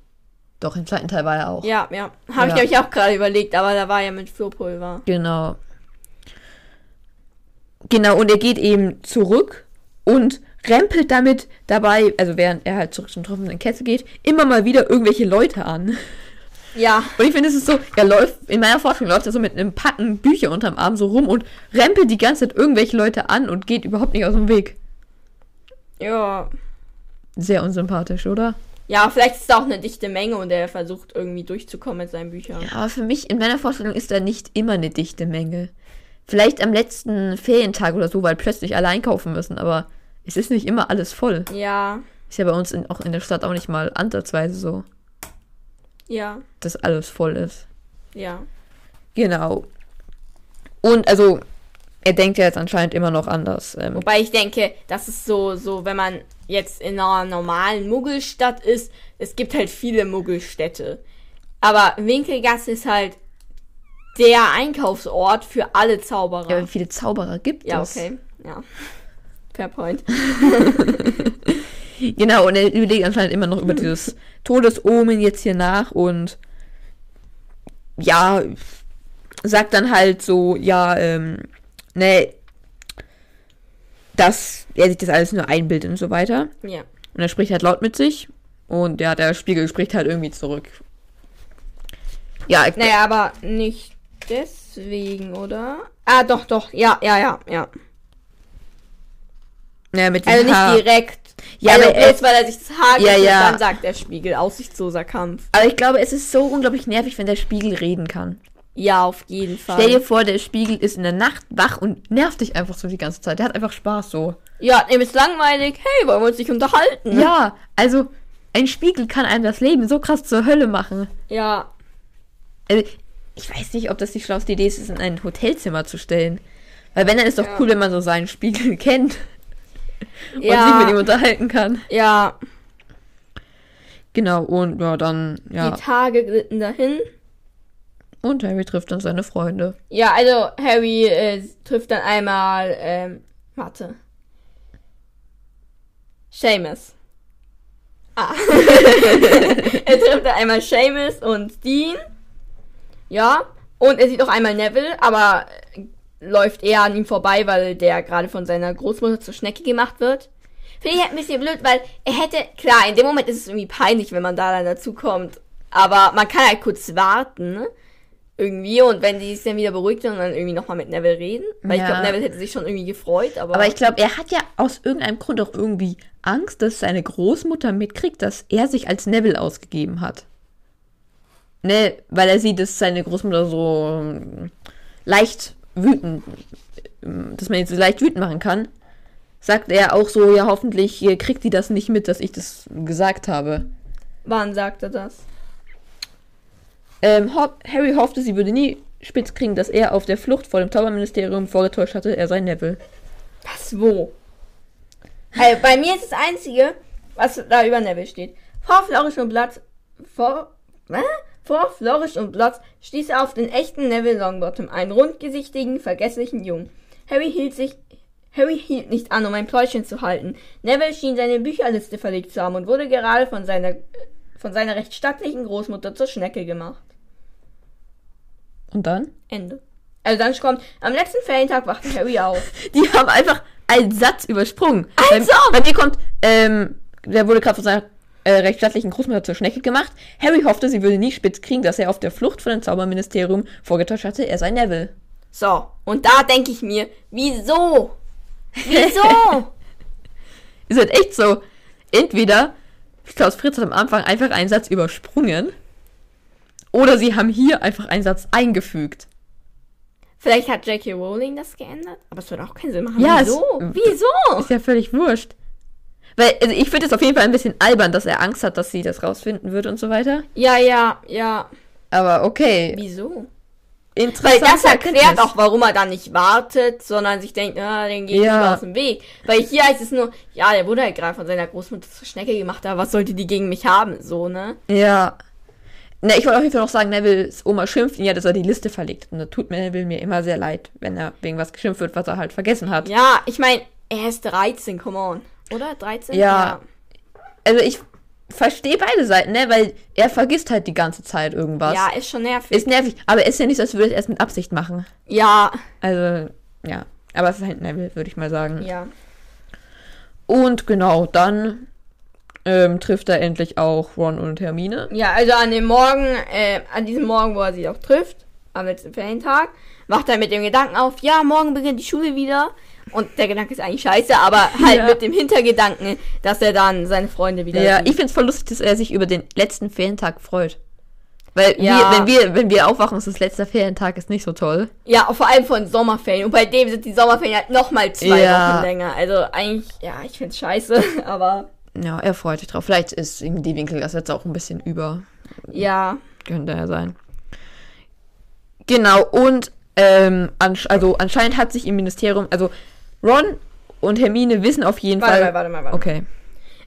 S2: doch, im zweiten Teil war er auch.
S1: Ja, ja. Habe
S2: Ja.
S1: ich, glaube ich, auch gerade überlegt, aber da war ja mit Flohpulver.
S2: Genau. Genau, und er geht eben zurück und rempelt damit dabei, also während er halt zurück zum tropfenden Kessel geht, immer mal wieder irgendwelche Leute an.
S1: Ja,
S2: Und ich finde, es ist so, er läuft, in meiner Vorstellung läuft er so mit einem Packen Bücher unterm Arm so rum und rempelt die ganze Zeit irgendwelche Leute an und geht überhaupt nicht aus dem Weg.
S1: ja.
S2: Sehr unsympathisch, oder?
S1: Ja, vielleicht ist da auch eine dichte Menge und er versucht irgendwie durchzukommen mit seinen Büchern.
S2: Ja, aber für mich, in meiner Vorstellung ist da nicht immer eine dichte Menge. Vielleicht am letzten Ferientag oder so, weil plötzlich alle einkaufen müssen, aber es ist nicht immer alles voll.
S1: Ja,
S2: Ist ja bei uns in, auch in der Stadt auch nicht mal ansatzweise so,
S1: ja,
S2: dass alles voll ist.
S1: ja.
S2: Genau. Und also, er denkt ja jetzt anscheinend immer noch anders. Ähm,
S1: Wobei ich denke, das ist so, so, wenn man jetzt in einer normalen Muggelstadt ist, es gibt halt viele Muggelstädte. Aber Winkelgasse ist halt der Einkaufsort für alle Zauberer.
S2: ja, wie viele Zauberer gibt
S1: ja
S2: es?
S1: okay. Ja. Fair point.
S2: Genau, und er überlegt anscheinend immer noch über dieses Todesomen jetzt hier nach und ja, sagt dann halt so, ja, ähm, ne, dass er sich das alles nur einbildet und so weiter.
S1: Ja.
S2: Und er spricht halt laut mit sich. Und ja, der Spiegel spricht halt irgendwie zurück. Ja, ich-
S1: Naja, aber nicht deswegen, oder? Ah, doch, doch. Ja, ja, ja, ja.
S2: naja, mit dem
S1: Also
S2: Haar.
S1: nicht direkt.
S2: Ja,
S1: also
S2: aber er-
S1: bloß, weil er sich das Haar
S2: Ja,
S1: gibt,
S2: ja.
S1: dann sagt der Spiegel, aussichtsloser Kampf.
S2: Aber ich glaube, es ist so unglaublich nervig, wenn der Spiegel reden kann.
S1: Ja, auf jeden Fall.
S2: Stell dir vor, der Spiegel ist in der Nacht wach und nervt dich einfach so die ganze Zeit. Der hat einfach Spaß so.
S1: ja, ihm ist langweilig. Hey, wollen wir uns nicht unterhalten?
S2: Ja, also ein Spiegel kann einem das Leben so krass zur Hölle machen.
S1: Ja.
S2: Also, ich weiß nicht, ob das die schlauste Idee ist, es in ein Hotelzimmer zu stellen. Weil wenn, dann ist doch cool, wenn man so seinen Spiegel kennt
S1: Ja.
S2: und sich mit ihm unterhalten kann.
S1: ja.
S2: Genau, und ja, dann, ja.
S1: Die Tage glitten dahin.
S2: Und Harry trifft dann seine Freunde.
S1: Ja, also Harry äh, trifft dann einmal, ähm, warte. Seamus. Ah. er trifft dann einmal Seamus und Dean. Ja. Und er sieht auch einmal Neville, aber äh, läuft eher an ihm vorbei, weil der gerade von seiner Großmutter zur Schnecke gemacht wird. Finde ich halt ein bisschen blöd, weil er hätte, klar, in dem Moment ist es irgendwie peinlich, wenn man da dann dazukommt. Aber man kann halt kurz warten, ne? irgendwie und wenn die sich dann wieder beruhigt und dann irgendwie nochmal mit Neville reden. Weil
S2: Ja.
S1: ich glaube, Neville hätte sich schon irgendwie gefreut, aber.
S2: Aber ich glaube, er hat ja aus irgendeinem Grund auch irgendwie Angst, dass seine Großmutter mitkriegt, dass er sich als Neville ausgegeben hat. Ne, weil er sieht, dass seine Großmutter so ähm, leicht wütend, ähm, dass man ihn so leicht wütend machen kann, sagt er auch so, ja hoffentlich äh, kriegt die das nicht mit, dass ich das gesagt habe.
S1: wann sagt er das?
S2: Ähm, Ho Harry hoffte, sie würde nie spitz kriegen, dass er auf der Flucht vor dem Zauberministerium vorgetäuscht hatte, er sei Neville.
S1: Was wo? Hey, bei mir ist das Einzige, was da über Neville steht. Vor Florisch und Blatt. Vor. Hä? Vor Florisch und Blatt stieß er auf den echten Neville Longbottom, einen rundgesichtigen, vergesslichen Jungen. Harry hielt sich. Harry hielt nicht an, um ein Pläuschchen zu halten. Neville schien seine Bücherliste verlegt zu haben und wurde gerade von seiner von seiner recht stattlichen Großmutter zur Schnecke gemacht.
S2: Und dann?
S1: Ende. Also dann kommt, am letzten Ferientag wachte Harry auf.
S2: Die haben einfach einen Satz übersprungen.
S1: Also!
S2: Bei, bei mir kommt, ähm, der wurde gerade von seiner äh, recht stattlichen Großmutter zur Schnecke gemacht. Harry hoffte, sie würde nie spitz kriegen, dass er auf der Flucht vor dem Zauberministerium vorgetäuscht hatte, er sei Neville.
S1: So, und da denke ich mir, wieso? Wieso?
S2: Ist halt echt so. Entweder Klaus Fritz hat am Anfang einfach einen Satz übersprungen. Oder sie haben hier einfach einen Satz eingefügt.
S1: Vielleicht hat J.K. Rowling das geändert, aber es würde auch keinen Sinn machen.
S2: Ja, es-
S1: wieso? wieso?
S2: Ist ja völlig wurscht. Weil, also ich finde es auf jeden Fall ein bisschen albern, dass er Angst hat, dass sie das rausfinden wird und so weiter.
S1: Ja, ja, ja.
S2: Aber okay.
S1: Wieso? Weil
S2: Interessant.
S1: das erklärt auch, warum er dann nicht wartet, sondern sich denkt, ah, den geht
S2: Ja.
S1: ja. aus dem Weg. Weil hier heißt es nur, ja, der wurde halt gerade von seiner Großmutter zur Schnecke gemacht, aber was sollte die gegen mich haben? So, ne?
S2: Ja. Ne, ich wollte auf jeden Fall noch sagen, Nevilles Oma schimpft ihn ja, dass er die Liste verlegt. Und da tut mir Neville mir immer sehr leid, wenn er wegen was geschimpft wird, was er halt vergessen hat.
S1: Ja, ich meine, er ist 13, come on. Oder? 13?
S2: Ja. Also ich verstehe beide Seiten, ne? Weil er vergisst halt die ganze Zeit
S1: Ja,
S2: irgendwas.
S1: ja ist schon nervig.
S2: Ist nervig, aber es ist ja nicht so, als würde er es mit Absicht machen.
S1: ja,
S2: Also, ja. Aber es ist halt Neville, würde ich mal sagen.
S1: ja.
S2: Und genau, dann ähm, trifft er endlich auch Ron und Hermine.
S1: Ja, also an dem Morgen, äh, an diesem Morgen, wo er sie auch trifft, am letzten Ferientag, macht er mit dem Gedanken auf, ja, morgen beginnt die Schule wieder. Und der Gedanke ist eigentlich scheiße, aber halt
S2: Ja.
S1: mit dem Hintergedanken, dass er dann seine Freunde wieder
S2: Ja,
S1: sieht.
S2: ich find's voll lustig, dass er sich über den letzten Ferientag freut. Weil
S1: Ja.
S2: wir, wenn wir, wenn wir aufwachen, ist das letzte Ferientag ist nicht so toll.
S1: ja, vor allem von Sommerferien. Und bei dem sind die Sommerferien halt nochmal zwei
S2: Ja.
S1: Wochen länger. Also eigentlich, ja, ich find's scheiße, aber
S2: Ja, er freut sich drauf. Vielleicht ist ihm die Winkel das jetzt auch ein bisschen über.
S1: ja.
S2: Könnte er sein. Genau, und ähm, ansch also anscheinend hat sich im Ministerium, also Ron und Hermine wissen auf jeden
S1: Warte
S2: Fall.
S1: mal, warte mal, warte mal.
S2: Okay.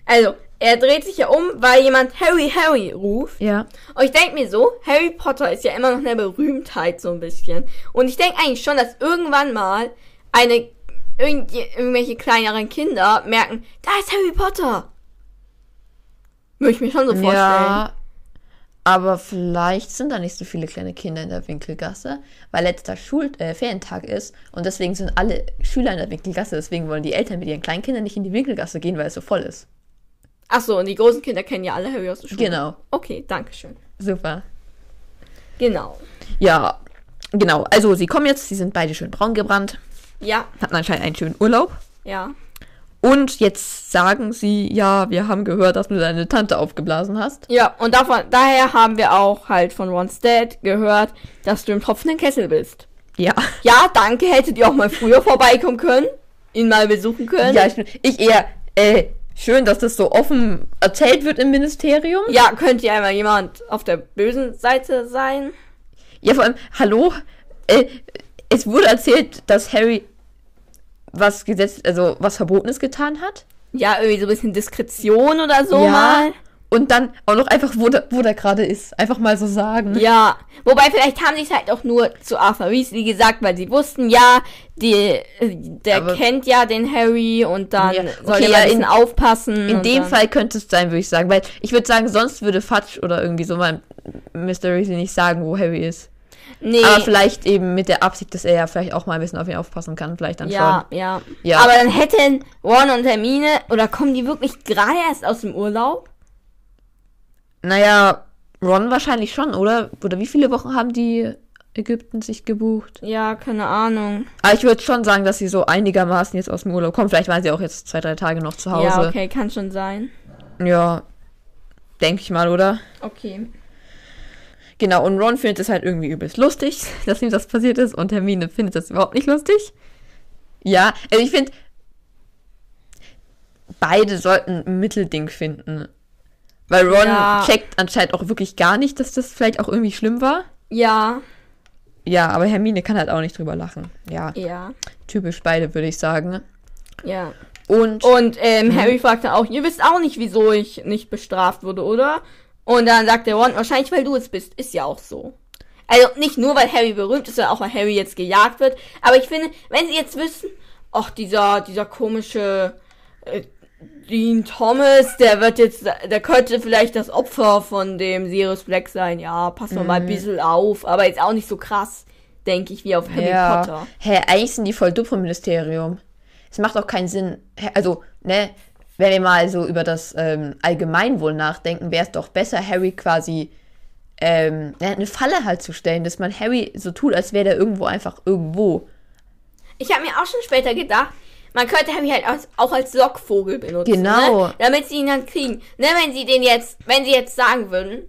S1: Also, er dreht sich ja um, weil jemand Harry Harry ruft.
S2: Ja.
S1: Und ich denke mir so, Harry Potter ist ja immer noch eine Berühmtheit so ein bisschen. Und ich denke eigentlich schon, dass irgendwann mal eine irgend, irgendwelche kleineren Kinder merken, da ist Harry Potter. Würde ich mir schon so vorstellen.
S2: Ja. Aber vielleicht sind da nicht so viele kleine Kinder in der Winkelgasse, weil letzter Schul äh, Ferientag ist und deswegen sind alle Schüler in der Winkelgasse. Deswegen wollen die Eltern mit ihren kleinen Kindern nicht in die Winkelgasse gehen, weil es so voll ist.
S1: Ach so, und die großen Kinder kennen ja alle Harry aus der Schule.
S2: Genau.
S1: Okay, danke schön.
S2: Super.
S1: Genau.
S2: Ja, genau. Also, sie kommen jetzt. Sie sind beide schön braun gebrannt,
S1: Ja,
S2: hatten anscheinend einen schönen Urlaub.
S1: ja.
S2: Und jetzt sagen sie, ja, wir haben gehört, dass du deine Tante aufgeblasen hast.
S1: Ja, und davon, daher haben wir auch halt von Ron's Dad gehört, dass du im tropfenden Kessel bist.
S2: Ja.
S1: Ja, danke, hättet ihr auch mal früher vorbeikommen können, ihn mal besuchen können.
S2: Ja, ich, ich eher, äh, schön, dass das so offen erzählt wird im Ministerium.
S1: ja könnt ihr einmal jemand auf der bösen Seite sein?
S2: Ja, vor allem, hallo, äh, es wurde erzählt, dass Harry was Gesetz, also was Verbotenes getan hat.
S1: Ja, irgendwie so ein bisschen Diskretion oder so mal.
S2: Und dann auch noch einfach, wo der, wo der gerade ist. Einfach mal so sagen.
S1: Ja, wobei vielleicht haben sie es halt auch nur zu Arthur Weasley gesagt, weil sie wussten, ja, die, äh, der
S2: Aber-
S1: kennt ja den Harry und dann
S2: Ja,
S1: soll
S2: okay,
S1: er
S2: ja,
S1: mal ein bisschen
S2: in-
S1: aufpassen.
S2: In
S1: und
S2: dem
S1: dann,
S2: Fall könnte es sein, würde ich sagen. Weil ich würde sagen, sonst würde Fudge oder irgendwie so mal Mr. Weasley nicht sagen, wo Harry ist.
S1: Nee,
S2: Aber vielleicht eben mit der Absicht, dass er ja vielleicht auch mal ein bisschen auf ihn aufpassen kann. Vielleicht dann
S1: ja, ja,
S2: Ja.
S1: Aber dann hätten Ron und Hermine, oder kommen die wirklich gerade erst aus dem Urlaub?
S2: schon. Naja, Ron wahrscheinlich schon, oder? Oder wie viele Wochen haben die Ägypten sich gebucht?
S1: Ja, keine Ahnung.
S2: Aber Ah, ich würde schon sagen, dass sie so einigermaßen jetzt aus dem Urlaub kommen. Vielleicht waren sie auch jetzt zwei, drei Tage noch zu Hause.
S1: Ja, okay, kann schon sein.
S2: Ja, denke ich mal, oder?
S1: Okay.
S2: Genau, und Ron findet es halt irgendwie übelst lustig, dass ihm das passiert ist. Und Hermine findet das überhaupt nicht lustig. Ja, also ich finde, beide sollten ein Mittelding finden. Weil Ron
S1: Ja.
S2: checkt anscheinend auch wirklich gar nicht, dass das vielleicht auch irgendwie schlimm war.
S1: Ja,
S2: Ja, aber Hermine kann halt auch nicht drüber lachen. Ja,
S1: ja,
S2: typisch beide, würde ich sagen.
S1: ja.
S2: Und Mhm.
S1: Und ähm, Harry fragt dann auch, ihr wisst auch nicht, wieso ich nicht bestraft wurde, oder? Und dann sagt der Ron, wahrscheinlich weil du es bist. Ist ja auch so. Also nicht nur, weil Harry berühmt ist, sondern auch, weil Harry jetzt gejagt wird. Aber ich finde, wenn sie jetzt wissen, ach, dieser, dieser komische äh, Dean Thomas, der wird jetzt, der könnte vielleicht das Opfer von dem Sirius Black sein. Ja, passen wir mal
S2: Mhm.
S1: ein bisschen auf. Aber jetzt auch nicht so krass, denke ich, wie auf Harry
S2: ja.
S1: Potter.
S2: Hä, eigentlich sind die voll dumm vom Ministerium. Es macht auch keinen Sinn. Hä, Also, ne, wenn wir mal so über das ähm, Allgemeinwohl nachdenken, wäre es doch besser, Harry quasi ähm, ne, eine Falle halt zu stellen, dass man Harry so tut, als wäre der irgendwo einfach irgendwo.
S1: Ich habe mir auch schon später gedacht, man könnte Harry halt als, auch als Lockvogel benutzen.
S2: Genau.
S1: Ne? Damit sie ihn dann kriegen. Ne, wenn sie den jetzt, wenn sie jetzt sagen würden,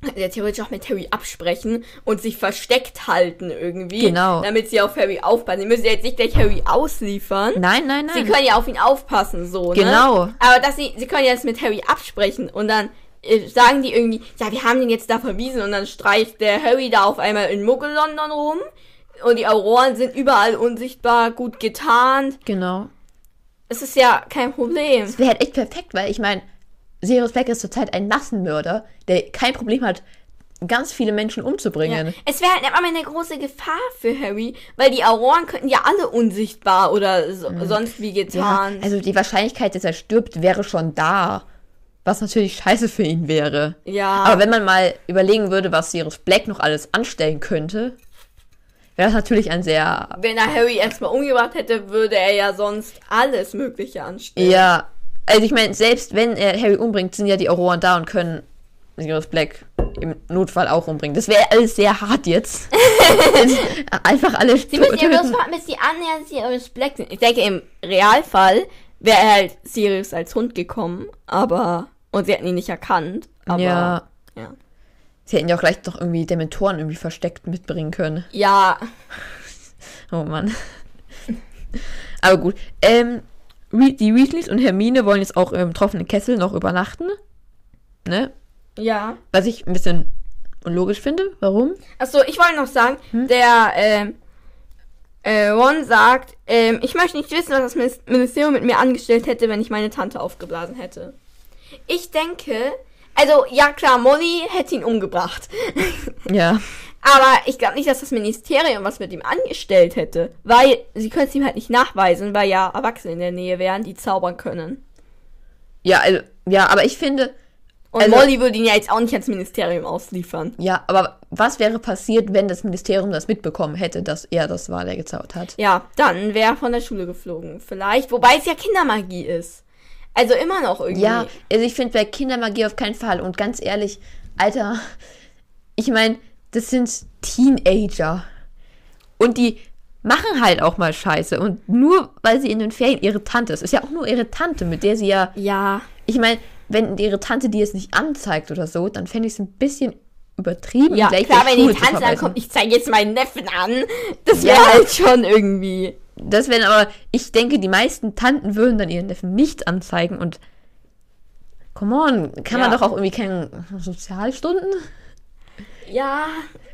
S1: könnten sie ja theoretisch auch mit Harry absprechen und sich versteckt halten irgendwie.
S2: Genau.
S1: Damit sie auf Harry aufpassen. Sie müssen ja jetzt nicht gleich Harry ausliefern.
S2: Nein, nein,
S1: Sie
S2: nein.
S1: können ja auf ihn aufpassen, so, ne?
S2: Ah. Genau.
S1: Aber dass sie, sie können ja das mit Harry absprechen und dann äh, sagen die irgendwie, ja, wir haben den jetzt da verwiesen und dann streicht der Harry da auf einmal in Muggel-London rum und die Auroren sind überall unsichtbar, gut getarnt.
S2: genau.
S1: Es ist ja kein Problem.
S2: Das wäre halt echt perfekt, weil ich meine, Sirius Black ist zurzeit ein Massenmörder, der kein Problem hat, ganz viele Menschen umzubringen.
S1: Es wäre halt aber eine große Gefahr für Harry, weil die Auroren könnten ja alle unsichtbar oder so, sonst wie
S2: Mhm. Ja,
S1: getarnt.
S2: also die Wahrscheinlichkeit, dass er stirbt, wäre schon da. Was natürlich scheiße für ihn wäre.
S1: Ja.
S2: Aber wenn man mal überlegen würde, was Sirius Black noch alles anstellen könnte, wäre das natürlich ein sehr.
S1: Wenn er Harry erstmal umgebracht hätte, würde er ja sonst alles Mögliche anstellen.
S2: Ja. Also ich meine, selbst wenn er Harry umbringt, sind ja die Auroren da und können Sirius Black im Notfall auch umbringen. Das wäre alles sehr hart jetzt. Jetzt Einfach alle
S1: Sie müssen ja bloß warten, bis die anderen Sirius Black sind. Ich denke, im Realfall wäre halt Sirius als Hund gekommen, aber. Und sie hätten ihn nicht erkannt. Aber,
S2: Ja.
S1: ja.
S2: Sie hätten ja auch gleich noch irgendwie Dementoren irgendwie versteckt mitbringen können.
S1: Ja,
S2: Oh Mann. Aber gut. Ähm, Re- die Weasleys und Hermine wollen jetzt auch im tropfenen Kessel noch übernachten. Ne?
S1: ja.
S2: Was ich ein bisschen unlogisch finde. Warum?
S1: Achso, ich wollte noch sagen, der ähm, äh, Ron sagt, ähm, ich möchte nicht wissen, was das Minis- Ministerium mit mir angestellt hätte, wenn ich meine Tante aufgeblasen hätte. Ich denke, also ja klar, Molly hätte ihn umgebracht.
S2: Ja.
S1: Aber ich glaube nicht, dass das Ministerium was mit ihm angestellt hätte, weil sie können es ihm halt nicht nachweisen, weil ja Erwachsene in der Nähe wären, die zaubern können.
S2: Ja, also, ja, aber ich finde,
S1: Und
S2: Also-
S1: Molly würde ihn ja jetzt auch nicht ans Ministerium ausliefern.
S2: Ja, aber was wäre passiert, wenn das Ministerium das mitbekommen hätte, dass er das war, der gezaubert hat?
S1: Ja, dann wäre er von der Schule geflogen. Vielleicht, wobei es ja Kindermagie ist. Also immer noch irgendwie.
S2: Ja, also ich finde bei Kindermagie auf keinen Fall. Und ganz ehrlich, Alter, ich meine, das sind Teenager. Und die machen halt auch mal Scheiße. Und nur weil sie in den Ferien ihre Tante ist, ist ja auch nur ihre Tante, mit der sie ja.
S1: Ja,
S2: Ich meine, wenn ihre Tante die jetzt nicht anzeigt oder so, dann fände ich es ein bisschen übertrieben.
S1: ja
S2: gleich
S1: klar,
S2: die
S1: wenn die
S2: Schule zu
S1: Tante dann
S2: verweisen.
S1: kommt, ich zeige jetzt meinen Neffen an. Das
S2: Ja.
S1: wäre halt schon irgendwie.
S2: Das wären aber, ich denke, die meisten Tanten würden dann ihren Neffen nicht anzeigen und. Come on, kann man
S1: Ja.
S2: doch auch irgendwie keine Sozialstunden?
S1: Ja,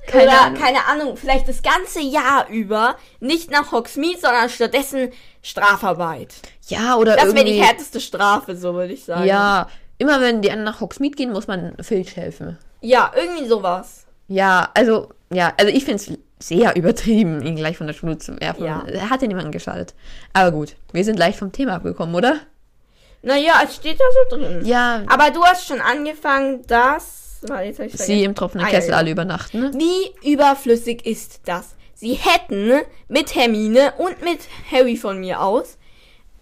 S2: Keine
S1: oder
S2: Ahnung.
S1: keine Ahnung, vielleicht das ganze Jahr über nicht nach Hogsmeade, sondern stattdessen Strafarbeit.
S2: Ja, oder
S1: Das wäre
S2: irgendwie.
S1: die härteste Strafe, so würde ich sagen.
S2: ja, immer wenn die anderen nach Hogsmeade gehen, muss man Filch helfen.
S1: Ja, irgendwie sowas.
S2: Ja, also, ja, also ich finde es sehr übertrieben, ihn gleich von der Schule zu werfen.
S1: Ja.
S2: Er hat ja niemanden geschadet. Aber gut, wir sind leicht vom Thema abgekommen, oder?
S1: Naja, es steht da so drin.
S2: Ja,
S1: Aber du hast schon angefangen, dass. Warte, jetzt hab ich
S2: sie
S1: vergessen.
S2: im tropfenden
S1: Ah, ja,
S2: Kessel
S1: ja.
S2: alle übernachten. Ne?
S1: Wie überflüssig ist das? Sie hätten mit Hermine und mit Harry von mir aus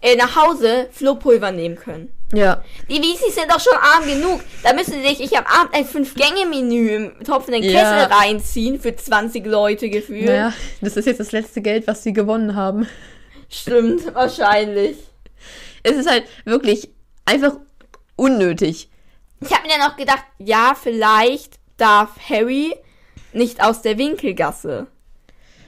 S1: äh, nach Hause Flohpulver nehmen können.
S2: Ja.
S1: Die Weasleys sind doch schon arm genug. Da müssen sie sich, ich am Abend ein Fünf-Gänge-Menü im tropfenden Kessel
S2: Ja.
S1: reinziehen für 20 Leute gefühlt.
S2: Naja, das ist jetzt das letzte Geld, was sie gewonnen haben.
S1: Stimmt, wahrscheinlich.
S2: Es ist halt wirklich einfach unnötig.
S1: Ich habe mir dann auch gedacht, ja, vielleicht darf Harry nicht aus der Winkelgasse.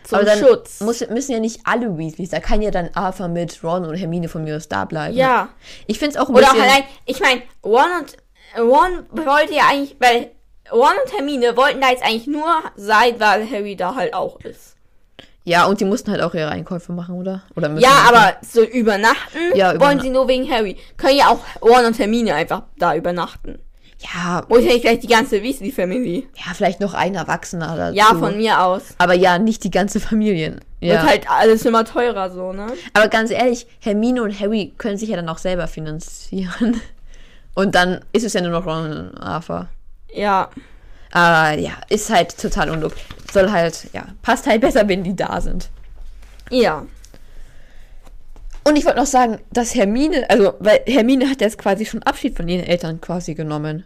S1: Zum
S2: Aber dann
S1: Schutz.
S2: Muss, müssen ja nicht alle Weasleys, da kann ja dann Arthur mit Ron und Hermine von mir aus da bleiben.
S1: ja.
S2: Ich finde es auch ein
S1: Oder halt auch
S2: bisschen...
S1: allein, ich meine, Ron und Ron wollte ja eigentlich, weil Ron und Hermine wollten da jetzt eigentlich nur sein, weil Harry da halt auch ist.
S2: Ja, und die mussten halt auch ihre Einkäufe machen, oder? Oder müssen
S1: Ja,
S2: sie-
S1: aber so übernachten
S2: Ja,
S1: wollen
S2: überna-
S1: sie nur wegen Harry. Können ja auch Ron und Hermine einfach da übernachten.
S2: Ja,
S1: Muss ja nicht gleich die ganze Weasley-Family.
S2: ja, vielleicht noch ein Erwachsener dazu.
S1: Ja, von mir aus.
S2: Aber ja, nicht die ganze Familie. Ja.
S1: Wird halt alles immer teurer so, ne?
S2: aber ganz ehrlich, Hermine und Harry können sich ja dann auch selber finanzieren. Und dann ist es ja nur noch Ron und Arthur.
S1: Ja.
S2: Aber ja, ist halt total unlogisch. Soll halt, ja, passt halt besser, wenn die da sind.
S1: Ja.
S2: Und ich wollte noch sagen, dass Hermine, also, weil Hermine hat jetzt quasi schon Abschied von ihren Eltern quasi genommen.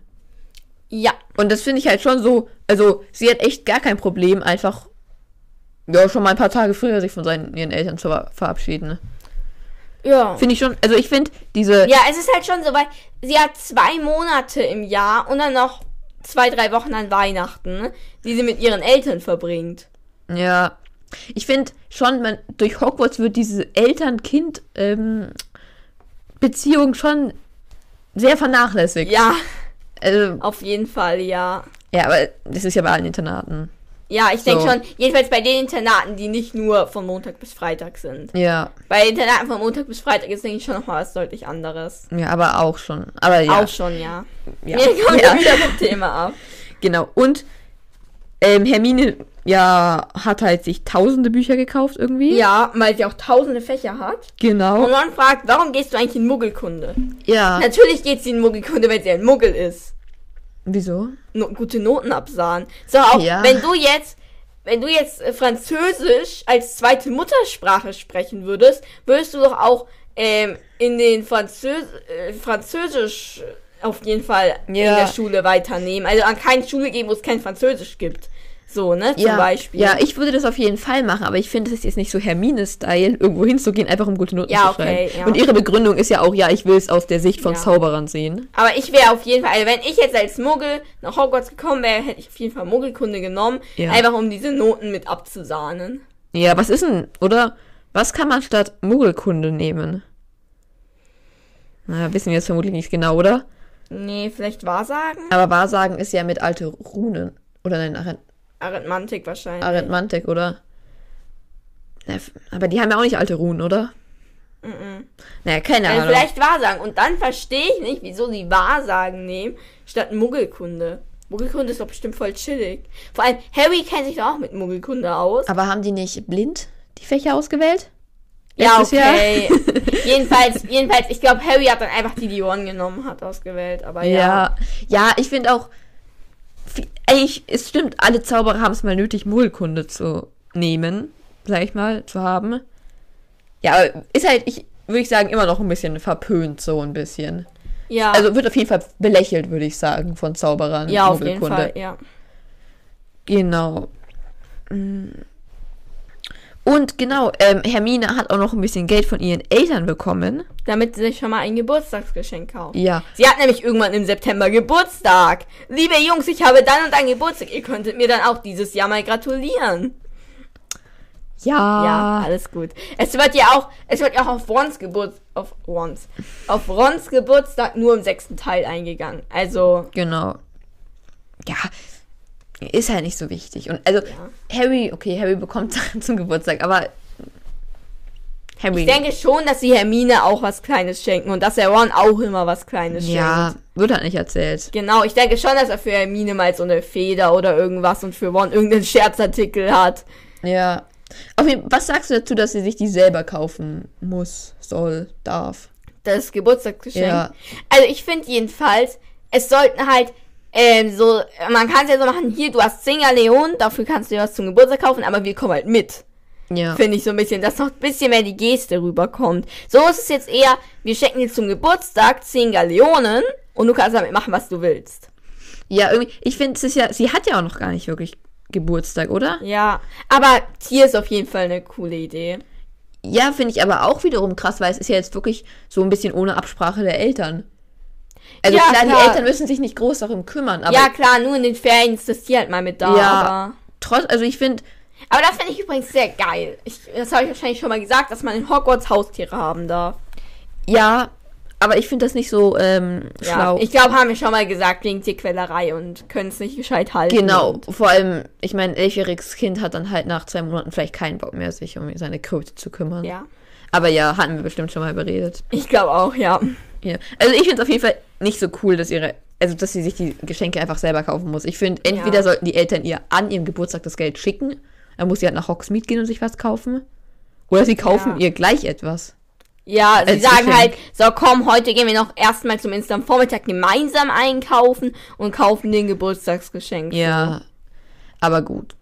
S1: Ja.
S2: Und das finde ich halt schon so, also sie hat echt gar kein Problem, einfach ja, schon mal ein paar Tage früher sich von seinen ihren Eltern zu ver- verabschieden. ne?
S1: Ja.
S2: Finde ich schon, also ich finde diese
S1: Ja, es ist halt schon so, weil sie hat zwei Monate im Jahr und dann noch zwei, drei Wochen an Weihnachten, ne, die sie mit ihren Eltern verbringt.
S2: ja, ich finde schon, man durch Hogwarts wird diese Eltern-Kind ähm, Beziehung schon sehr vernachlässigt.
S1: Ja,
S2: Also,
S1: auf jeden Fall, ja.
S2: ja, aber das ist ja bei allen Internaten.
S1: Ja, ich denke
S2: So.
S1: schon, jedenfalls bei den Internaten, die nicht nur von Montag bis Freitag sind.
S2: Ja,
S1: Bei Internaten von Montag bis Freitag ist, denke ich, schon nochmal was deutlich anderes.
S2: ja, aber auch schon. Aber ja,
S1: Auch schon, ja.
S2: ja.
S1: Ja. Wir kommen
S2: ja.
S1: wieder vom Thema ab.
S2: Genau. Und ähm, Hermine, ja, hat halt sich tausende Bücher gekauft irgendwie.
S1: Ja, weil sie auch tausende Fächer hat. Und
S2: Genau.
S1: man fragt, warum gehst du eigentlich in Muggelkunde?
S2: Ja.
S1: Natürlich geht sie in Muggelkunde, weil sie ein Muggel ist.
S2: Wieso?
S1: no gute Noten absahen. So auch
S2: Ja.
S1: wenn du jetzt wenn du jetzt äh, Französisch als zweite Muttersprache sprechen würdest, würdest du doch auch ähm, in den Französ äh, Französisch äh, auf jeden Fall in
S2: Ja.
S1: der Schule weiternehmen. Also an keine Schule gehen, wo es kein Französisch gibt. So, ne? Zum
S2: ja.
S1: Beispiel.
S2: Ja, ich würde das auf jeden Fall machen, aber ich finde, das ist jetzt nicht so Hermine-Style, irgendwo hinzugehen, einfach um gute Noten
S1: Ja,
S2: zu
S1: okay,
S2: schreiben.
S1: ja.
S2: Und ihre Begründung ist ja auch, ja, ich will es aus der Sicht von
S1: Ja.
S2: Zauberern sehen.
S1: Aber ich wäre auf jeden Fall, also wenn ich jetzt als Muggel nach Hogwarts gekommen wäre, hätte ich auf jeden Fall Muggelkunde genommen.
S2: Ja.
S1: Einfach um diese Noten mit abzusahnen.
S2: Ja, was ist denn, oder? Was kann man statt Muggelkunde nehmen? Na, wissen wir jetzt vermutlich nicht genau, oder?
S1: Nee, vielleicht Wahrsagen?
S2: Aber Wahrsagen ist ja mit alte Runen. Oder nein, Ar
S1: Arithmantik wahrscheinlich.
S2: Arithmantik, oder? Na, f- Aber die haben ja auch nicht alte Runen, oder? Naja, keine
S1: Also
S2: Ahnung.
S1: vielleicht Wahrsagen. Und dann verstehe ich nicht, wieso sie Wahrsagen nehmen, statt Muggelkunde. Muggelkunde ist doch bestimmt voll chillig. Vor allem,
S2: Ah,
S1: Harry kennt sich doch auch mit Muggelkunde aus.
S2: Aber haben die nicht blind die Fächer ausgewählt?
S1: Ja,
S2: Letztes Jahr.
S1: okay. jedenfalls, jedenfalls, ich glaube, Harry hat dann einfach die, die One genommen hat, ausgewählt. Aber ja.
S2: Ja, ja, ich finde auch, vi- eigentlich, es stimmt, alle Zauberer haben es mal nötig, Muggelkunde zu nehmen, sag ich mal, zu haben. Ja, aber ist halt, ich würde ich sagen, immer noch ein bisschen verpönt, so ein bisschen.
S1: Ja,
S2: Also wird auf jeden Fall belächelt, würde ich sagen, von Zauberern.
S1: ja auf jeden
S2: Muggelkunde.
S1: Fall, ja.
S2: Genau. Mm. Und genau, ähm, Hermine hat auch noch ein bisschen Geld von ihren Eltern bekommen.
S1: Damit sie sich schon mal ein Geburtstagsgeschenk kauft.
S2: Ja.
S1: Sie hat nämlich irgendwann im September Geburtstag. Liebe Jungs, ich habe dann und dann Geburtstag. Ihr könntet mir dann auch dieses Jahr mal gratulieren. Ja,
S2: Ja.
S1: alles gut. Es wird ja auch, es wird ja auch auf Rons Geburt, auf Rons, auf Rons Geburtstag nur im sechsten Teil eingegangen. Also,
S2: Genau. Ja. Ist halt nicht so wichtig. Und also, Harry, okay, Harry bekommt Sachen zum Geburtstag, aber. Harry.
S1: ich denke schon, dass sie Hermine auch was Kleines schenken und dass er Ron auch immer was Kleines
S2: ja,
S1: schenkt.
S2: wird halt nicht erzählt.
S1: Genau, ich denke schon, dass er für Hermine mal so eine Feder oder irgendwas und für Ron irgendeinen Scherzartikel hat.
S2: Ja. Auf jeden, was sagst du dazu, dass sie sich die selber kaufen muss, soll, darf?
S1: das Geburtstagsgeschenk.
S2: Ja.
S1: Also ich finde jedenfalls, es sollten halt ähm, so, man kann es ja so machen, hier, du hast 10 Leon, dafür kannst du dir was zum Geburtstag kaufen, aber wir kommen halt mit.
S2: Ja.
S1: Finde ich so ein bisschen, dass noch ein bisschen mehr die Geste rüberkommt. So ist es jetzt eher, wir schenken dir zum Geburtstag 10 Galeonen und du kannst damit machen, was du willst.
S2: Ja, irgendwie, ich finde, es ist ja, sie hat ja auch noch gar nicht wirklich Geburtstag, oder?
S1: Ja, aber hier ist auf jeden Fall eine coole Idee.
S2: Ja, finde ich aber auch wiederum krass, weil es ist ja jetzt wirklich so ein bisschen ohne Absprache der Eltern. Also
S1: Ja,
S2: klar,
S1: klar.
S2: die Eltern müssen sich nicht groß darum kümmern, aber
S1: ja, klar, nur in den Ferien ist das hier halt mal mit da.
S2: Ja.
S1: Aber
S2: trotz, also ich finde,
S1: Aber das finde ich übrigens sehr geil. Ich, das habe ich wahrscheinlich schon mal gesagt, dass man in Hogwarts Haustiere haben darf.
S2: ja, aber ich finde das nicht so ähm, schlau.
S1: Ja, ich glaube, haben wir schon mal gesagt, wegen Tierquälerei und können es nicht gescheit halten.
S2: genau,
S1: Und,
S2: vor allem, ich meine, ein elfjähriges Kind hat dann halt nach zwei Monaten vielleicht keinen Bock mehr, sich um seine Kröte zu kümmern.
S1: ja.
S2: Aber ja, hatten wir bestimmt schon mal beredet.
S1: Ich glaube auch, ja.
S2: Ja. Also ich finde es auf jeden Fall nicht so cool, dass ihre, also dass sie sich die Geschenke einfach selber kaufen muss. Ich finde, entweder
S1: Ja.
S2: sollten die Eltern ihr an ihrem Geburtstag das Geld schicken, dann muss sie halt nach Hogsmeade gehen und sich was kaufen. Oder sie kaufen
S1: Ja.
S2: ihr gleich etwas.
S1: Ja, sie
S2: Als
S1: sagen
S2: Geschenk.
S1: halt, so komm, heute gehen wir noch erstmal zum Insta am Vormittag gemeinsam einkaufen und kaufen den Geburtstagsgeschenk.
S2: Ja. Also Aber gut.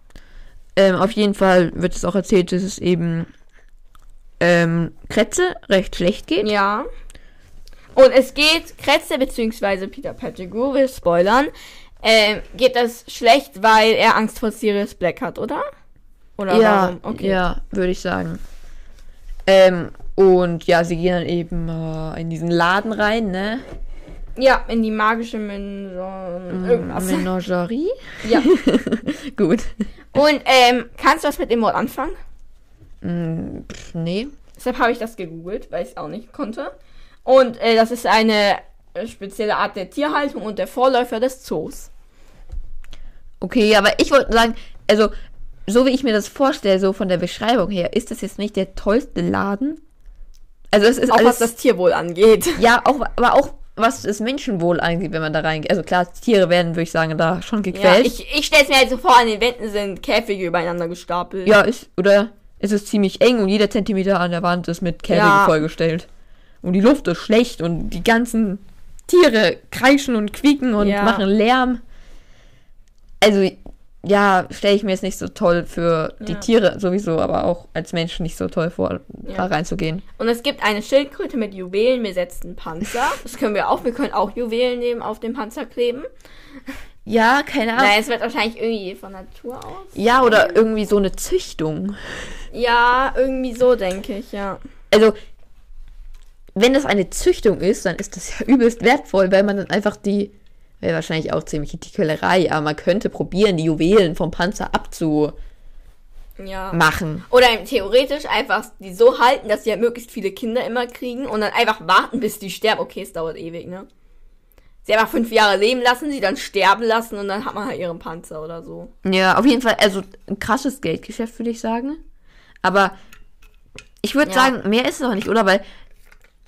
S2: Ähm, auf jeden Fall wird es auch erzählt, dass es eben ähm, Kretze recht schlecht geht.
S1: Ja. Und es geht, Kretze bzw. Peter Pettigrew, wir spoilern, ähm, geht das schlecht, weil er Angst vor Sirius Black hat, oder? Oder
S2: Ja,
S1: warum? Okay.
S2: ja würde ich sagen. Ähm, und ja, sie gehen dann eben äh, in diesen Laden rein, ne?
S1: Ja, in die magische
S2: Mhm.
S1: Minson. Irgendwas.
S2: Menagerie?
S1: Ja.
S2: Gut.
S1: Und ähm, kannst du was mit dem Wort anfangen?
S2: Mm, pff, nee.
S1: Deshalb habe ich das gegoogelt, weil ich es auch nicht konnte. Und äh, das ist eine äh, spezielle Art der Tierhaltung und der Vorläufer des Zoos.
S2: Okay, aber ich wollte sagen, also, so wie ich mir das vorstelle, so von der Beschreibung her, ist das jetzt nicht der tollste Laden? Also, es ist
S1: Auch was
S2: alles.
S1: das Tierwohl angeht.
S2: ja, auch, aber auch was das Menschenwohl angeht, wenn man da reingeht. Also, klar, Tiere werden, würde ich sagen, da schon
S1: Ja,
S2: gequält. Ja,
S1: ich ich stelle es mir halt so vor, an den Wänden sind Käfige übereinander gestapelt.
S2: ist, oder? Es ist ziemlich eng und jeder Zentimeter an der Wand ist mit Käfigen
S1: Ja.
S2: vollgestellt. Und die Luft ist schlecht und die ganzen Tiere kreischen und quieken und
S1: Ja.
S2: machen Lärm. Also, ja, stelle ich mir jetzt nicht so toll für die
S1: Ja.
S2: Tiere sowieso, aber auch als Menschen nicht so toll vor, da
S1: Ja.
S2: reinzugehen.
S1: Und es gibt eine Schildkröte mit Juwelen besetzten Panzer. Das können wir auch. Wir können auch Juwelen nehmen, auf den Panzer kleben.
S2: Ja, keine Ahnung.
S1: Naja, es wird wahrscheinlich irgendwie von Natur aus.
S2: Ja, oder irgendwie so eine Züchtung.
S1: Ja, irgendwie so denke ich, ja.
S2: Also, wenn das eine Züchtung ist, dann ist das ja übelst wertvoll, weil man dann einfach die. Wäre wahrscheinlich auch ziemlich die Quälerei, aber man könnte probieren, die Juwelen vom Panzer abzumachen.
S1: Ja. Oder theoretisch einfach die so halten, dass sie halt möglichst viele Kinder immer kriegen und dann einfach warten, bis die sterben. Okay, es dauert ewig, ne? Sie einfach fünf Jahre leben lassen, sie dann sterben lassen und dann hat man halt ihren Panzer oder so.
S2: Ja, auf jeden Fall, also ein krasses Geldgeschäft, würde ich sagen. Aber ich würde
S1: Ja.
S2: sagen, mehr ist es auch nicht, oder? Weil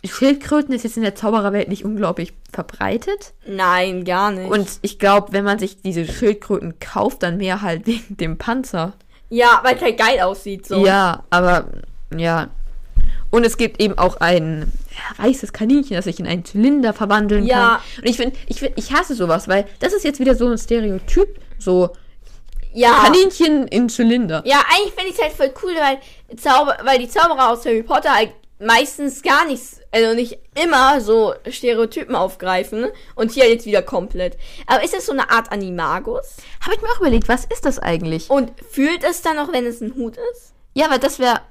S2: Schildkröten ist jetzt in der Zaubererwelt nicht unglaublich verbreitet.
S1: Nein, gar nicht.
S2: Und ich glaube, wenn man sich diese Schildkröten kauft, dann mehr halt wegen dem Panzer.
S1: ja, weil es halt geil aussieht so.
S2: Ja, aber ja. Und es gibt eben auch ein weißes Kaninchen, das sich in einen Zylinder verwandeln
S1: Ja.
S2: kann. Und ich finde, ich, find, ich hasse sowas, weil das ist jetzt wieder so ein Stereotyp. So
S1: Ja.
S2: Ah. Kaninchen in Zylinder.
S1: Ja, eigentlich finde ich es halt voll cool, weil, Zauber, weil die Zauberer aus Harry Potter halt meistens gar nichts, also nicht immer so Stereotypen aufgreifen und hier jetzt wieder komplett. Aber ist das so eine Art Animagus?
S2: Habe ich mir auch überlegt, was ist das eigentlich?
S1: Und fühlt es dann noch, wenn es ein Hut ist?
S2: Ja, weil das wäre.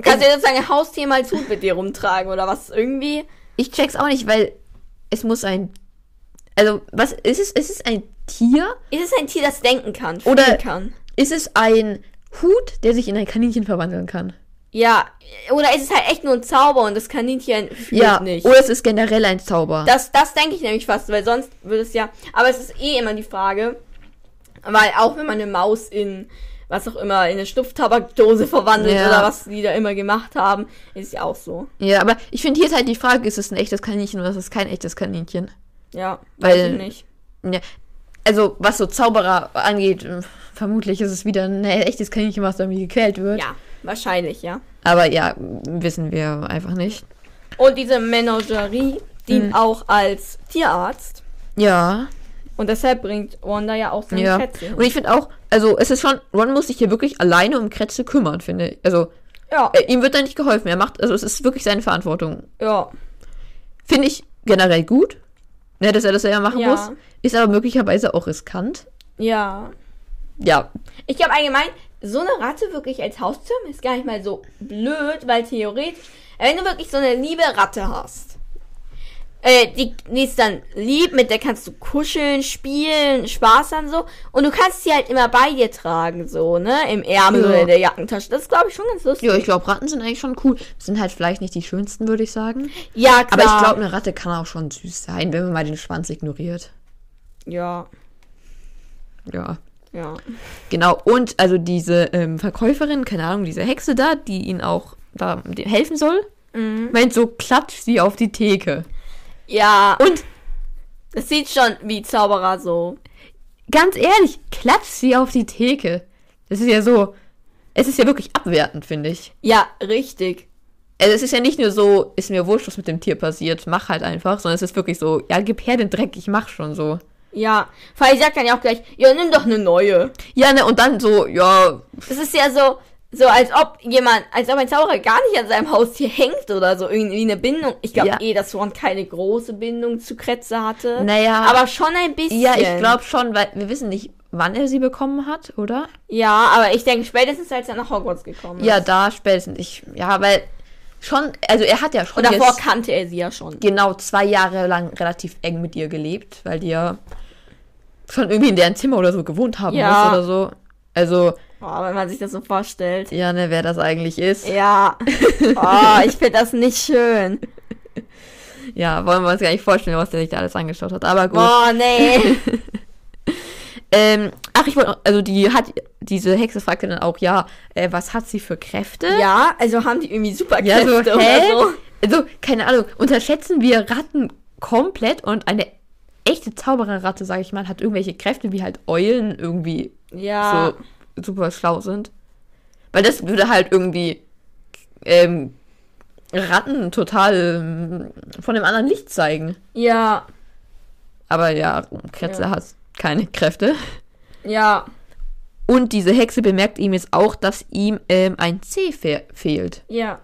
S1: Kannst du jetzt sagen, ein Haustier mal als Hut mit dir rumtragen oder was irgendwie?
S2: Ich check's auch nicht, weil es muss ein. Also, was ist es? Ist es ein Tier?
S1: Ist es ein Tier, das denken kann, fühlen
S2: Oder-
S1: kann?
S2: Ist es ein Hut, der sich in ein Kaninchen verwandeln kann?
S1: Ja, oder ist es halt echt nur ein Zauber und das Kaninchen fühlt
S2: ja,
S1: nicht?
S2: oder es ist generell ein Zauber.
S1: Das, das denke ich nämlich fast, weil sonst würde es ja. Aber es ist eh immer die Frage, weil auch wenn man eine Maus in was auch immer, in eine Schnupftabakdose verwandelt
S2: Ja.
S1: oder was die da immer gemacht haben, ist ja auch so.
S2: ja, aber ich finde hier ist halt die Frage, ist es ein echtes Kaninchen oder ist es kein echtes Kaninchen?
S1: Ja,
S2: Weil-
S1: weiß ich nicht.
S2: Ja. Also, was so Zauberer angeht, ähm, vermutlich ist es wieder ein echtes Kaninchen, was irgendwie gequält wird.
S1: Ja, wahrscheinlich, ja.
S2: Aber ja, wissen wir einfach nicht.
S1: Und diese Menagerie dient
S2: Hm.
S1: auch als Tierarzt.
S2: Ja.
S1: Und deshalb bringt Wanda ja auch seine
S2: Ja.
S1: Schätze. hin.
S2: Und ich finde auch, also es ist schon, Ron muss sich hier wirklich alleine um Kretze kümmern, finde ich. Also
S1: Ja,
S2: äh, ihm wird da nicht geholfen. Er macht, also es ist wirklich seine Verantwortung.
S1: ja.
S2: Finde ich generell gut, ne, dass er das selber machen
S1: Ja.
S2: muss. Ist aber möglicherweise auch riskant.
S1: Ja.
S2: Ja,
S1: Ich glaube allgemein, so eine Ratte wirklich als Haustier ist gar nicht mal so blöd, weil theoretisch, wenn du wirklich so eine liebe Ratte hast, äh, die, die ist dann lieb, mit der kannst du kuscheln, spielen, Spaß haben so. Und du kannst sie halt immer bei dir tragen, so, ne? Im Ärmel
S2: Ja.
S1: oder in der Jackentasche. Das glaube ich schon ganz lustig.
S2: ja ich glaube, Ratten sind eigentlich schon cool. Sind halt vielleicht nicht die schönsten, würde ich sagen.
S1: Ja, klar.
S2: Aber ich glaube, eine Ratte kann auch schon süß sein, wenn man mal den Schwanz ignoriert.
S1: Ja,
S2: Ja.
S1: ja.
S2: Genau, und also diese ähm, Verkäuferin, keine Ahnung, diese Hexe da, die ihn auch da dem helfen soll, meint so, klatscht sie auf die Theke.
S1: Ja,
S2: Und
S1: das sieht schon wie Zauberer so.
S2: ganz ehrlich, klatscht sie auf die Theke. Das ist ja so, es ist ja wirklich abwertend, finde ich.
S1: Ja, richtig.
S2: Also es ist ja nicht nur so, ist mir wurscht, was mit dem Tier passiert, mach halt einfach, sondern es ist wirklich so, ja, gib her den Dreck, ich mach schon so.
S1: Ja. Vor allem sagt dann ja auch gleich, ja, nimm doch eine neue.
S2: Ja, ne, und dann so, ja,
S1: Das ist ja so, so als ob jemand, als ob ein Zauberer gar nicht an seinem Haustier hängt oder so, irgendwie eine Bindung. Ich glaube
S2: Ja.
S1: eh, dass Ron keine große Bindung zu Kretze hatte.
S2: Naja.
S1: Aber schon ein bisschen.
S2: ja, ich glaube schon, weil wir wissen nicht, wann er sie bekommen hat, oder?
S1: Ja, aber ich denke spätestens, als er nach Hogwarts gekommen ist.
S2: Ja, da spätestens. Ich, ja, weil schon, also er hat ja schon
S1: Und davor
S2: jetzt
S1: kannte er sie ja schon.
S2: genau zwei Jahre lang relativ eng mit ihr gelebt, weil die ja schon irgendwie in deren Zimmer oder so gewohnt haben
S1: Ja.
S2: muss oder so. Also,
S1: Oh, wenn man sich das so vorstellt.
S2: ja, ne, wer das eigentlich ist.
S1: Ja. Oh, ich finde das nicht schön.
S2: Ja, wollen wir uns gar nicht vorstellen, was der sich da alles angeschaut hat. Aber gut.
S1: Boah, Oh, nee.
S2: Ähm, ach, ich wollte, noch- also die hat, diese Hexe fragte dann auch, ja, äh, was hat sie für Kräfte?
S1: ja, also haben die irgendwie
S2: Ja,
S1: Superkräfte
S2: so, hä?
S1: oder so.
S2: Also, keine Ahnung, unterschätzen wir Ratten komplett und eine echte Zaubererratte, sag ich mal, hat irgendwelche Kräfte, wie halt Eulen irgendwie
S1: Ja.
S2: so super schlau sind. Weil das würde halt irgendwie ähm, Ratten total ähm, von einem anderen Licht zeigen.
S1: Ja.
S2: Aber ja, Kretze
S1: Ja.
S2: hat keine Kräfte.
S1: Ja.
S2: Und diese Hexe bemerkt ihm jetzt auch, dass ihm ähm, ein C fe fehlt.
S1: Ja.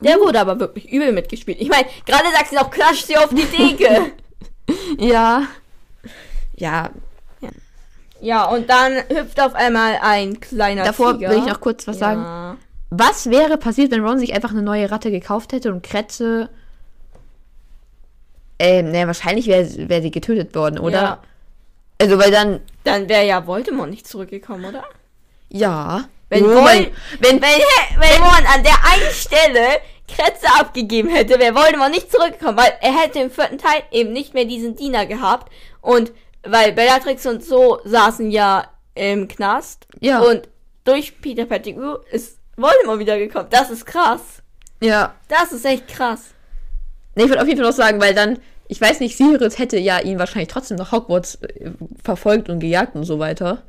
S1: Der
S2: Hm.
S1: wurde aber wirklich übel mitgespielt. Ich meine, gerade sagt sie noch, klatscht sie auf die Theke.
S2: Ja. Ja,
S1: ja, und dann hüpft auf einmal ein kleiner
S2: davor
S1: Tiger.
S2: will ich noch kurz was sagen.
S1: Ja.
S2: Was wäre passiert, wenn Ron sich einfach eine neue Ratte gekauft hätte und Kretze. Ähm, naja, wahrscheinlich wäre wär sie getötet worden, oder?
S1: Ja.
S2: Also, weil dann.
S1: Dann wäre ja Voldemort nicht zurückgekommen, oder?
S2: Ja.
S1: Wenn
S2: oh mein,
S1: Vol- Wenn,
S2: wenn,
S1: hä, wenn Ron an der einen Stelle Kretze abgegeben hätte, wäre Voldemort nicht zurückgekommen, weil er hätte im vierten Teil eben nicht mehr diesen Diener gehabt. Und weil Bellatrix und so saßen ja im Knast.
S2: Ja.
S1: Und durch Peter Pettigrew ist Voldemort wiedergekommen. Das ist krass.
S2: ja.
S1: Das ist echt krass.
S2: Nee, ich würde auf jeden Fall noch sagen, weil dann. Ich weiß nicht, Sirius hätte ja ihn wahrscheinlich trotzdem nach Hogwarts äh, verfolgt und gejagt und so weiter.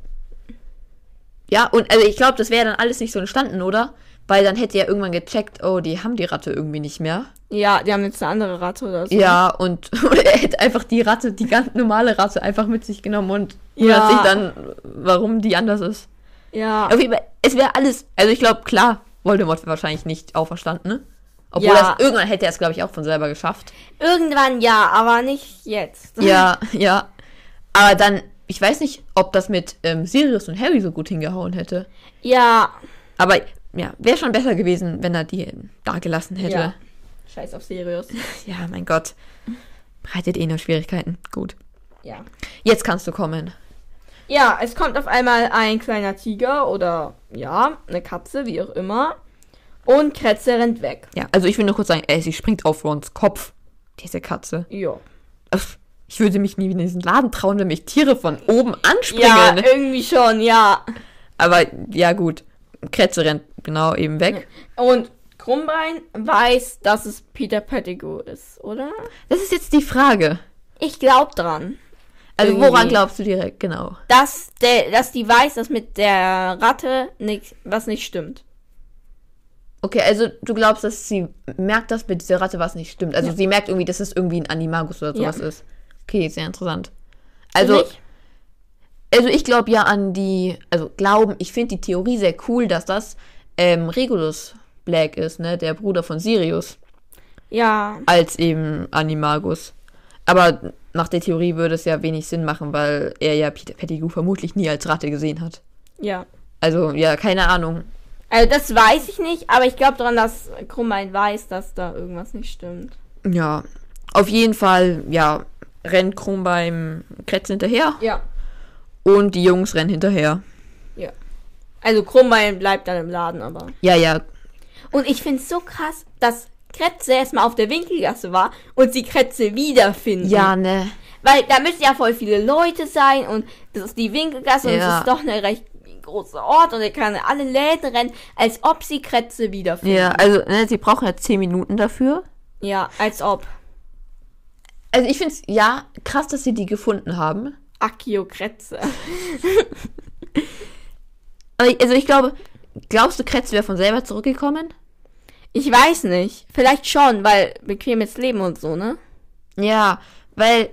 S2: Ja, und also ich glaube, das wäre dann alles nicht so entstanden, oder? Weil dann hätte er irgendwann gecheckt, oh, die haben die Ratte irgendwie nicht mehr.
S1: Ja, die haben jetzt eine andere Ratte oder so.
S2: Ja, und, und er hätte einfach die Ratte, die ganz normale Ratte, einfach mit sich genommen und
S1: Ja.
S2: wundert sich dann, warum die anders ist.
S1: Ja.
S2: Auf jeden Fall, es wäre alles. Also ich glaube, klar, Voldemort wäre wahrscheinlich nicht auferstanden, ne? Obwohl
S1: Ja.
S2: das, irgendwann hätte er es, glaube ich, auch von selber geschafft.
S1: Irgendwann ja, aber nicht jetzt.
S2: Ja, ja. Aber dann, ich weiß nicht, ob das mit ähm, Sirius und Harry so gut hingehauen hätte.
S1: Ja.
S2: Aber ja, wäre schon besser gewesen, wenn er die ähm, da gelassen hätte.
S1: ja. Scheiß auf Sirius.
S2: Ja. mein Gott. Bereitet eh nur Schwierigkeiten. Gut.
S1: Ja.
S2: Jetzt kannst du kommen.
S1: Ja, es kommt auf einmal ein kleiner Tiger oder ja, eine Katze, wie auch immer. Und Kretze rennt weg.
S2: Ja, also ich will nur kurz sagen, ey, sie springt auf Rons Kopf. Diese Katze.
S1: Jo.
S2: Uff, Ich würde mich nie in diesen Laden trauen, wenn mich Tiere von
S1: Ja,
S2: oben
S1: äh,
S2: anspringen.
S1: irgendwie schon, ja.
S2: Aber ja, gut. Kretze rennt genau eben weg.
S1: Und Krummbein weiß, dass es Peter Pettigrew ist, oder?
S2: Das ist jetzt die Frage.
S1: Ich glaub dran,
S2: Also
S1: Irgendwie.
S2: woran glaubst du direkt? Genau.
S1: dass, der, dass die weiß, dass mit der Ratte nix, was nicht stimmt.
S2: Okay, also du glaubst, dass sie merkt, dass mit dieser Ratte was nicht stimmt. Also sie merkt irgendwie, dass es irgendwie ein Animagus oder
S1: Ja.
S2: sowas ist. Okay, sehr interessant.
S1: Du
S2: Also,
S1: nicht?
S2: also ich glaube ja an die, also glauben, ich finde die Theorie sehr cool, dass das ähm, Regulus Black ist, ne? Der Bruder von Sirius.
S1: Ja.
S2: als eben Animagus. Aber nach der Theorie würde es ja wenig Sinn machen, weil er ja Peter Pettigrew vermutlich nie als Ratte gesehen hat.
S1: Ja.
S2: Also, ja, keine Ahnung.
S1: Also das weiß ich nicht, aber ich glaube daran, dass Krummbein weiß, dass da irgendwas nicht stimmt.
S2: Ja, auf jeden Fall, ja, rennt Krumm beim Kretz hinterher
S1: Ja.
S2: und die Jungs rennen hinterher.
S1: Ja. Also Krummbein bleibt dann im Laden, aber.
S2: Ja, ja,
S1: Und ich find's so krass, dass Kretze erstmal auf der Winkelgasse war und sie Kretze wiederfinden.
S2: ja, ne.
S1: Weil da müssen ja voll viele Leute sein und das ist die Winkelgasse und es
S2: Ja.
S1: ist doch ein recht großer Ort und er kann in alle Läden rennen, als ob sie Kretze wiederfinden.
S2: Ja, also, ne, sie brauchen ja 10 Minuten dafür.
S1: Ja, als ob.
S2: Also, ich find's, ja, krass, dass sie die gefunden haben.
S1: Akio Kretze.
S2: Aber ich- Also, ich glaube, glaubst du, Kretz wäre von selber zurückgekommen?
S1: Ich weiß nicht. Vielleicht schon, weil bequemes Leben und so, ne?
S2: Ja, weil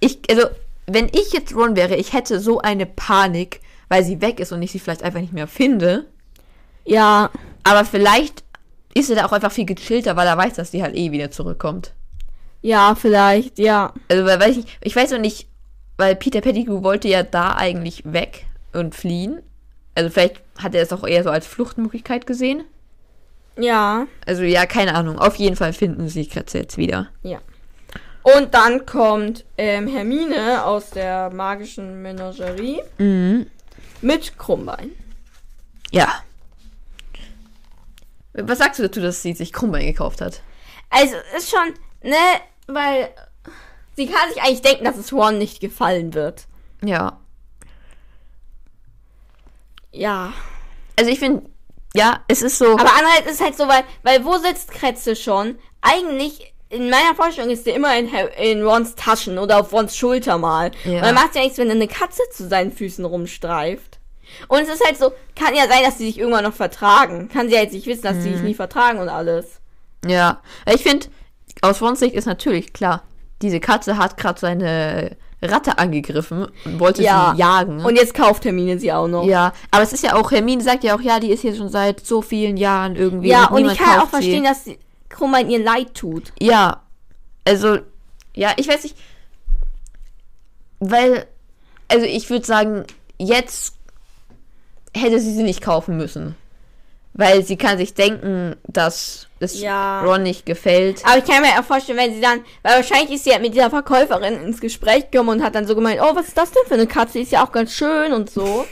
S2: ich, also, wenn ich jetzt Ron wäre, ich hätte so eine Panik, weil sie weg ist und ich sie vielleicht einfach nicht mehr finde.
S1: Ja.
S2: Aber vielleicht ist er da auch einfach viel gechillter, weil er weiß, dass sie halt eh wieder zurückkommt.
S1: Ja, vielleicht, ja.
S2: Also, weil, weiß ich, ich weiß noch nicht, weil Peter Pettigrew wollte ja da eigentlich weg und fliehen. Also, vielleicht hat er es auch eher so als Fluchtmöglichkeit gesehen.
S1: Ja.
S2: Also, ja, keine Ahnung. Auf jeden Fall finden sie Kretze jetzt wieder.
S1: Ja. Und dann kommt ähm, Hermine aus der magischen Menagerie Mhm. mit Krummbein.
S2: Ja. Was sagst du dazu, dass sie sich Krummbein gekauft hat?
S1: Also ist schon, ne, weil sie kann sich eigentlich denken, dass es Ron nicht gefallen wird.
S2: Ja.
S1: Ja.
S2: Also ich finde, ja, es ist so.
S1: Aber andererseits ist halt so, weil, weil wo sitzt Kretze schon? Eigentlich, in meiner Vorstellung ist der immer in, Har- in Rons Taschen oder auf Rons Schulter mal.
S2: Ja.
S1: Und dann macht ja nichts, wenn eine Katze zu seinen Füßen rumstreift. Und es ist halt so, kann ja sein, dass sie sich irgendwann noch vertragen. Kann sie halt nicht wissen, dass sie
S2: Mhm.
S1: sich nie vertragen und alles.
S2: ja. Ich finde, aus Rons Sicht ist natürlich klar, diese Katze hat gerade seine Ratte angegriffen und wollte
S1: Ja.
S2: sie jagen.
S1: Und jetzt kauft Hermine sie auch noch.
S2: Mhm. ja, aber es ist ja auch, Hermine sagt ja auch, ja, die ist hier schon seit so vielen Jahren irgendwie.
S1: Ja,
S2: und
S1: und ich
S2: niemand
S1: kann auch
S2: kauft sie.
S1: verstehen, dass sie- Krummbein ihr leid tut.
S2: Ja, also, ja, ich weiß nicht, weil, also ich würde sagen, jetzt hätte sie sie nicht kaufen müssen. Weil sie kann sich denken, dass es
S1: Ja.
S2: Ron nicht gefällt.
S1: Aber ich kann mir auch vorstellen, wenn sie dann, weil wahrscheinlich ist sie halt mit dieser Verkäuferin ins Gespräch gekommen und hat dann so gemeint, oh, was ist das denn für eine Katze? Die ist ja auch ganz schön und so.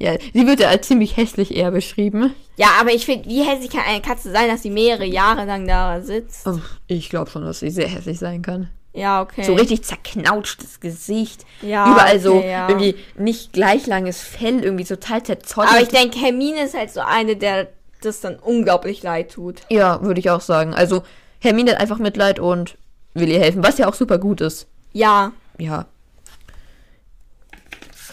S2: Ja, sie wird ja als ziemlich hässlich eher beschrieben.
S1: Ja, aber ich finde, wie hässlich kann eine Katze sein, dass sie mehrere Jahre lang da sitzt?
S2: Oh, Ich glaube schon, dass sie sehr hässlich sein kann.
S1: Ja, okay.
S2: So richtig zerknautschtes Gesicht.
S1: Ja,
S2: Überall so
S1: okay, ja.
S2: irgendwie nicht gleich langes Fell, irgendwie total zerzollt.
S1: aber ich denke, Hermine ist halt so eine, der das dann unglaublich leid tut.
S2: Ja, würde ich auch sagen. Also, Hermine hat einfach Mitleid und will ihr helfen, was ja auch super gut ist.
S1: Ja.
S2: Ja.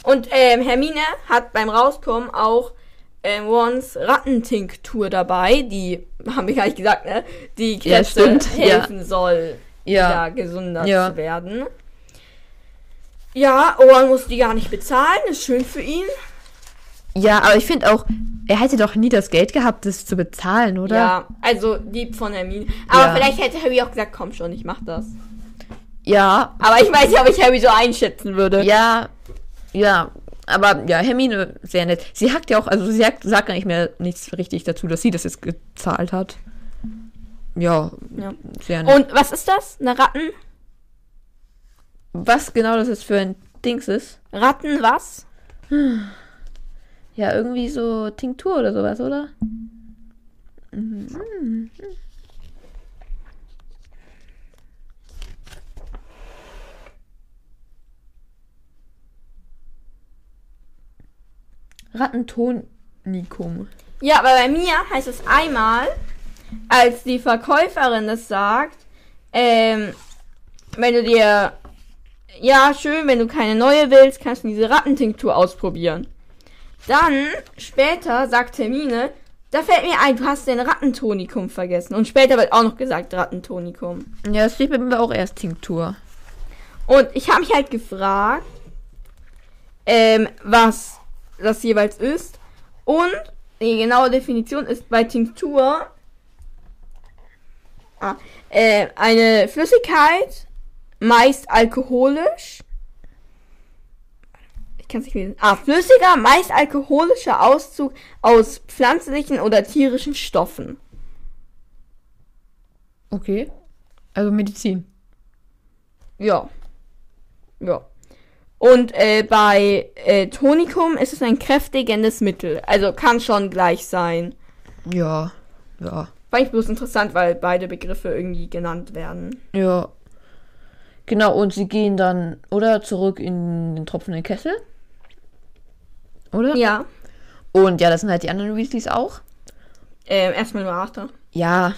S1: Und ähm, Hermine hat beim Rauskommen auch äh, Rons Rattentinktur dabei, die, haben wir gar nicht gesagt, ne? Die
S2: Ja,
S1: Krebse
S2: stimmt, ja.
S1: helfen soll,
S2: Ja.
S1: wieder gesunder
S2: Ja.
S1: zu werden. Ja, Ron muss die gar nicht bezahlen, ist schön für ihn.
S2: Ja, aber ich finde auch, er hätte doch nie das Geld gehabt, das zu bezahlen, oder?
S1: Ja, also Dieb von Hermine. Aber
S2: Ja.
S1: vielleicht hätte Harry auch gesagt, komm schon, ich mach das.
S2: Ja.
S1: Aber ich weiß nicht, ob ich Harry so einschätzen würde.
S2: Ja. Ja. Aber ja, Hermine, sehr nett. Sie hackt ja auch, also sie sagt, sagt gar nicht mehr nichts richtig dazu, dass sie das jetzt gezahlt hat. Ja,
S1: Ja.
S2: sehr nett.
S1: Und was ist das? Eine Ratten?
S2: Und was genau das jetzt für ein Dings ist?
S1: Ratten was?
S2: Ja, irgendwie so Tinktur oder sowas, oder? Mhm. Rattentonikum.
S1: Ja, aber bei mir heißt es einmal, als die Verkäuferin das sagt, ähm, wenn du dir, ja, schön, wenn du keine neue willst, kannst du diese Rattentinktur ausprobieren. Dann, später, sagt Hermine, da fällt mir ein, du hast den Rattentonikum vergessen. Und später wird auch noch gesagt, Rattentonikum.
S2: Ja, das steht bei mir auch erst Tinktur.
S1: Und ich habe mich halt gefragt, ähm, was das jeweils ist. Und die genaue Definition ist bei Tinktur ah, äh, eine Flüssigkeit, meist alkoholisch. Ich kann es nicht lesen. Ah, flüssiger, meist alkoholischer Auszug aus pflanzlichen oder tierischen Stoffen.
S2: Okay. Also Medizin.
S1: Ja. Ja. Und äh, bei äh, Tonikum ist es ein kräftigendes Mittel. Also kann schon gleich sein.
S2: Ja. Ja.
S1: Fand ich bloß interessant, weil beide Begriffe irgendwie genannt werden.
S2: Ja. Genau, und sie gehen dann, oder? Zurück in den tropfenden Kessel. Oder?
S1: Ja.
S2: Und ja, das sind halt die anderen Weasleys auch.
S1: Ähm, erstmal nur Arthur.
S2: Ja,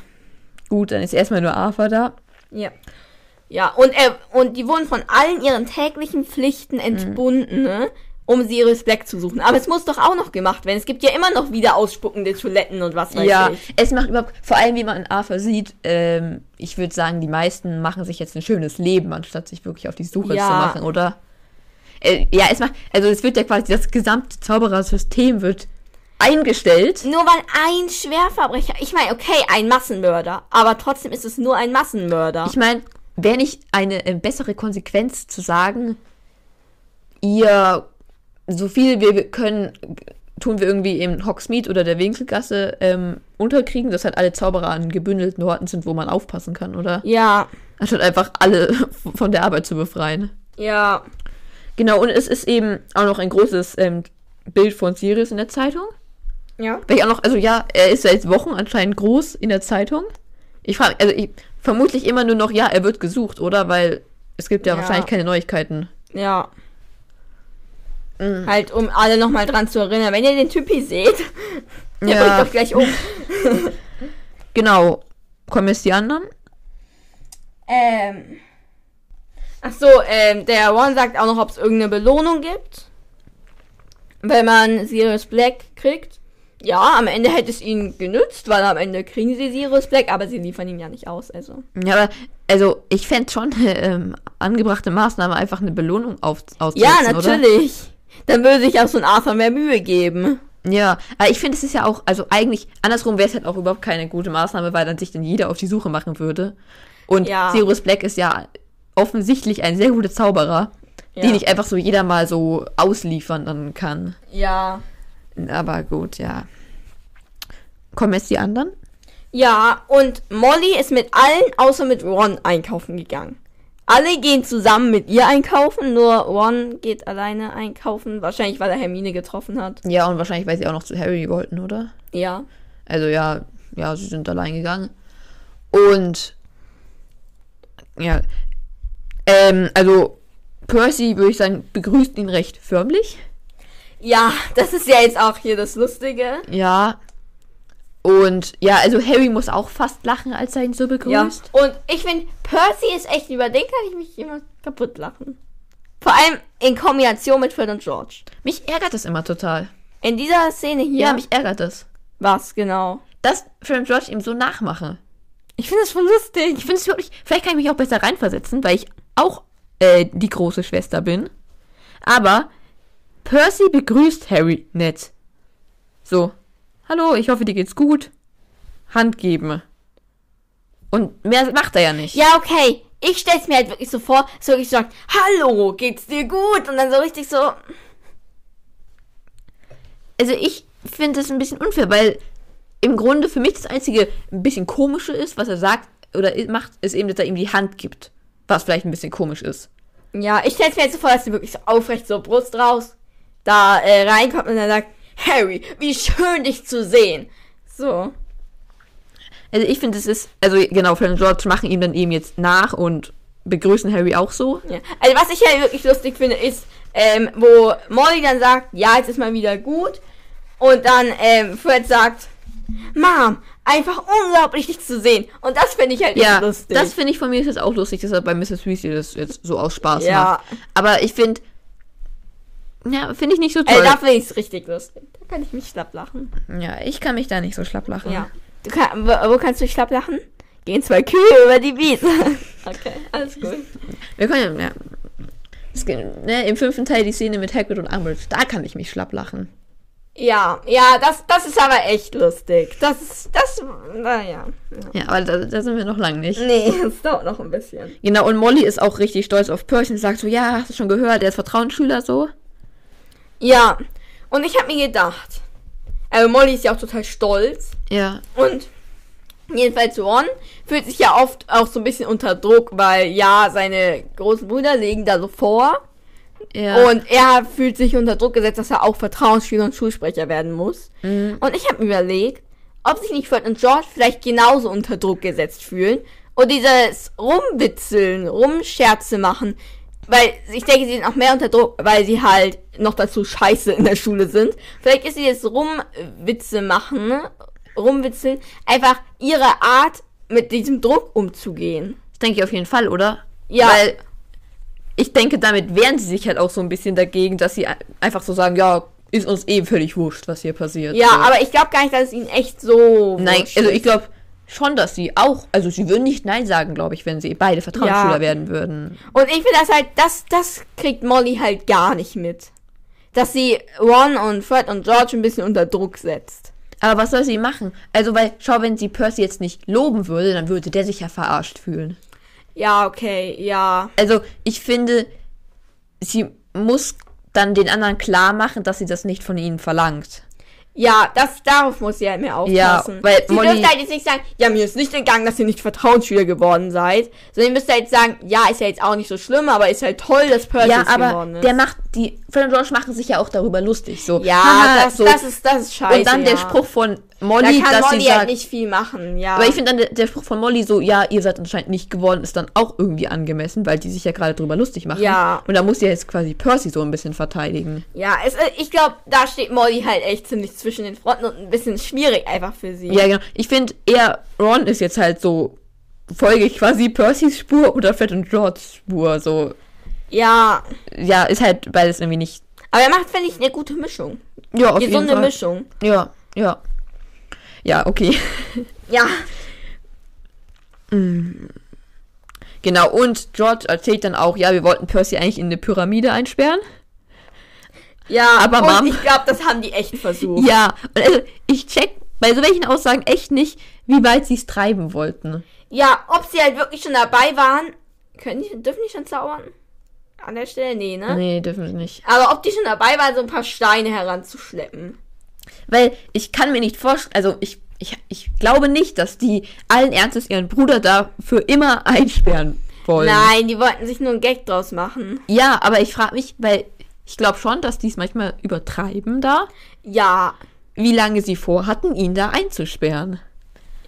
S2: gut, dann ist erstmal nur Arthur da.
S1: Ja. Ja, und, äh, und die wurden von allen ihren täglichen Pflichten entbunden, ne? um sie ihres Black zu suchen. Aber es muss doch auch noch gemacht werden. Es gibt ja immer noch wieder ausspuckende Toiletten und was weiß
S2: ja,
S1: ich.
S2: es macht überhaupt, vor allem wie man in Arthur sieht, ähm, ich würde sagen, die meisten machen sich jetzt ein schönes Leben, anstatt sich wirklich auf die Suche
S1: Ja.
S2: zu machen, oder? Äh, ja, es macht, also es wird ja quasi, das gesamte Zauberersystem wird eingestellt.
S1: Nur weil ein Schwerverbrecher, ich meine, okay, ein Massenmörder, aber trotzdem ist es nur ein Massenmörder.
S2: Ich meine, wäre nicht eine äh, bessere Konsequenz zu sagen, ihr, so viel wir wir können, g- tun wir irgendwie im Hogsmeade oder der Winkelgasse ähm, unterkriegen, dass halt alle Zauberer an gebündelten Orten sind, wo man aufpassen kann, oder?
S1: ja,
S2: Anstatt einfach alle von der Arbeit zu befreien.
S1: ja,
S2: Genau, und es ist eben auch noch ein großes ähm, Bild von Sirius in der Zeitung.
S1: ja.
S2: Weil ich auch noch, also ja, er ist seit Wochen anscheinend groß in der Zeitung. Ich frage, also ich, vermutlich immer nur noch, ja, er wird gesucht, oder? Weil es gibt ja,
S1: Ja.
S2: wahrscheinlich keine Neuigkeiten.
S1: Ja. Halt, um alle nochmal dran zu erinnern, wenn ihr den Typi seht, der
S2: Ja.
S1: bringt doch gleich um.
S2: Genau. Kommen jetzt die anderen?
S1: Ähm. Ach so, ähm, der Ron sagt auch noch, ob es irgendeine Belohnung gibt. Wenn man Sirius Black kriegt. Ja, am Ende hätte es ihnen genützt, weil am Ende kriegen sie Sirius Black, aber sie liefern ihn ja nicht aus, also.
S2: Ja, aber, also ich fände schon eine ähm, angebrachte Maßnahme, einfach eine Belohnung auf, auszusetzen,
S1: Ja,
S2: Oder?
S1: natürlich. Dann würde sich auch so ein Arthur mehr Mühe geben.
S2: Ja, aber ich finde, es ist ja auch, also eigentlich, andersrum wäre es halt auch überhaupt keine gute Maßnahme, weil dann sich dann jeder auf die Suche machen würde. Und
S1: Ja.
S2: Sirius Black ist ja offensichtlich ein sehr guter Zauberer,
S1: Ja.
S2: den ich einfach so jeder mal so ausliefern dann kann.
S1: Ja.
S2: Aber gut, ja. Kommen jetzt die anderen?
S1: Ja, und Molly ist mit allen außer mit Ron einkaufen gegangen. Alle gehen zusammen mit ihr einkaufen, nur Ron geht alleine einkaufen. Wahrscheinlich, weil er Hermine getroffen hat.
S2: Ja, und wahrscheinlich, weil sie auch noch zu Harry wollten, oder?
S1: Ja.
S2: Also ja, ja, sie sind allein gegangen. Und ja, ähm, also Percy, würde ich sagen, begrüßt ihn recht förmlich.
S1: Ja, das ist ja jetzt auch hier das Lustige.
S2: Ja. Und ja, also Harry muss auch fast lachen, als er ihn so
S1: Ja.
S2: begrüßt.
S1: Und ich finde, Percy ist echt, über den kann ich mich immer kaputt lachen. Vor allem in Kombination mit Fred und George.
S2: Mich ärgert das immer total.
S1: In dieser Szene hier.
S2: Ja, mich ärgert das.
S1: was genau?
S2: Dass Fred und George ihm so nachmachen.
S1: Ich finde es voll lustig.
S2: Ich finde es wirklich. Vielleicht kann ich mich auch besser reinversetzen, weil ich auch äh, die große Schwester bin. Aber Percy begrüßt Harry nett. So. Hallo, ich hoffe, dir geht's gut. Hand geben. Und mehr macht er ja nicht.
S1: Ja, okay. Ich stell's mir halt wirklich so vor, so wirklich so sagt, hallo, geht's dir gut? Und dann so richtig so,
S2: Also ich finde es ein bisschen unfair, weil im Grunde für mich das einzige ein bisschen komische ist, was er sagt oder i- macht, ist eben, dass er ihm die Hand gibt. Was vielleicht ein bisschen komisch ist.
S1: Ja, ich stell's mir jetzt so vor, dass sie wirklich so aufrecht so Brust raus da äh, reinkommt und dann sagt, Harry, wie schön dich zu sehen. So.
S2: Also ich finde, es ist, also genau, Fred und George machen ihm dann eben jetzt nach und begrüßen Harry auch so.
S1: Ja. Also was ich ja wirklich lustig finde, ist, ähm, wo Molly dann sagt, ja, jetzt ist mal wieder gut. Und dann ähm, Fred sagt, Mom, einfach unglaublich dich zu sehen. Und das finde ich halt
S2: Ja,
S1: echt lustig.
S2: das finde ich von mir ist jetzt auch lustig, dass er bei Mrs. Weasley das jetzt so aus Spaß
S1: Ja.
S2: macht. Aber ich finde, ja, finde ich nicht so
S1: äh,
S2: toll.
S1: da finde ich's richtig lustig. Da kann ich mich schlapp lachen.
S2: ja, ich kann mich da nicht so schlapp lachen.
S1: Ja. Du kann, wo, wo kannst du dich schlapp lachen? Gehen zwei Kühe über die Wiese. okay, alles gut.
S2: Wir können ja. ja. Es gibt, ne, Im fünften Teil die Szene mit Hagrid und Umbridge, da kann ich mich schlapp lachen.
S1: Ja, ja, das, das ist aber echt lustig. Das ist, das, naja. Ja.
S2: Ja, aber da, da sind wir noch lange nicht.
S1: Nee, es dauert noch ein bisschen.
S2: Genau, und Molly ist auch richtig stolz auf Percy und sagt so, ja, hast du schon gehört, er ist Vertrauensschüler so.
S1: Ja, und ich habe mir gedacht, also Molly ist ja auch total stolz
S2: Ja.
S1: und jedenfalls Ron fühlt sich ja oft auch so ein bisschen unter Druck, weil ja, seine großen Brüder legen da so vor
S2: ja.
S1: und er fühlt sich unter Druck gesetzt, dass er auch Vertrauensschüler und Schulsprecher werden muss.
S2: Mhm.
S1: Und ich habe mir überlegt, ob sich nicht Fred und George vielleicht genauso unter Druck gesetzt fühlen und dieses Rumwitzeln, Rumscherze machen, weil ich denke, sie sind auch mehr unter Druck, weil sie halt noch dazu scheiße in der Schule sind. Vielleicht ist dieses Rumwitze machen, ne? Rumwitzeln, einfach ihre Art, mit diesem Druck umzugehen.
S2: Das denke ich auf jeden Fall, oder?
S1: Ja.
S2: Weil ich denke, damit wehren sie sich halt auch so ein bisschen dagegen, dass sie ein- einfach so sagen, ja, ist uns eh völlig wurscht, was hier passiert.
S1: Ja,
S2: so.
S1: aber ich glaube gar nicht, dass es ihnen echt so.
S2: Nein,
S1: wurscht
S2: also
S1: ist.
S2: ich glaube schon, dass sie auch, also sie würden nicht Nein sagen, glaube ich, wenn sie beide Vertrauensschüler
S1: Ja.
S2: werden würden.
S1: Und ich finde das halt, das, das kriegt Molly halt gar nicht mit. Dass sie Ron und Fred und George ein bisschen unter Druck setzt.
S2: Aber was soll sie machen? Also, weil, schau, wenn sie Percy jetzt nicht loben würde, dann würde der sich ja verarscht fühlen.
S1: Ja, okay, ja.
S2: Also, ich finde, sie muss dann den anderen klar machen, dass sie das nicht von ihnen verlangt.
S1: Ja, das, darauf muss sie halt mehr aufpassen.
S2: Ja, weil
S1: sie
S2: Molly-
S1: dürfte halt jetzt nicht sagen, ja, mir ist nicht entgangen, dass ihr nicht Vertrauensschüler geworden seid. Sondern ihr müsst halt sagen, ja, ist ja jetzt auch nicht so schlimm, aber ist halt toll, dass Percy
S2: ja,
S1: es geworden
S2: aber
S1: ist.
S2: der macht, die Fred und George machen sich ja auch darüber lustig. So,
S1: ja,
S2: haha,
S1: das,
S2: so.
S1: das ist, das ist scheiße.
S2: Und dann
S1: ja.
S2: der Spruch von
S1: da
S2: Molly,
S1: kann
S2: dass
S1: Molly
S2: sie sagt,
S1: halt nicht viel machen, ja.
S2: aber ich finde dann der, der Spruch von Molly so, ja, ihr seid anscheinend nicht geworden, ist dann auch irgendwie angemessen, weil die sich ja gerade drüber lustig machen.
S1: Ja.
S2: Und da muss ja jetzt quasi Percy so ein bisschen verteidigen.
S1: Ja, es, äh, ich glaube, da steht Molly halt echt ziemlich zwischen den Fronten und ein bisschen schwierig einfach für sie.
S2: Ja, genau. Ich finde eher, Ron ist jetzt halt so, folge ich quasi Percys Spur oder Fred und George's Spur. So,
S1: Ja,
S2: ja, ist halt beides irgendwie nicht.
S1: aber er macht, finde ich, eine gute Mischung.
S2: Ja, auf
S1: Gesunde
S2: jeden Fall.
S1: Mischung.
S2: Ja, ja. Ja, okay.
S1: Ja.
S2: Genau, und George erzählt dann auch, ja, wir wollten Percy eigentlich in eine Pyramide einsperren.
S1: Ja,
S2: Aber
S1: und
S2: Mom-
S1: ich glaube, das haben die echt versucht.
S2: Ja, und also ich check bei so welchen Aussagen echt nicht, wie weit sie es treiben wollten.
S1: Ja, ob sie halt wirklich schon dabei waren, können die, dürfen die schon zaubern? An der Stelle, nee, ne?
S2: Nee, dürfen sie nicht.
S1: Aber ob die schon dabei waren, so ein paar Steine heranzuschleppen.
S2: Weil ich kann mir nicht vorstellen, also ich, ich, ich glaube nicht, dass die allen Ernstes ihren Bruder da für immer einsperren wollen.
S1: Nein, die wollten sich nur einen Gag draus machen.
S2: Ja, aber ich frage mich, weil ich glaube schon, dass die es manchmal übertreiben da,
S1: Ja,
S2: wie lange sie vorhatten, ihn da einzusperren.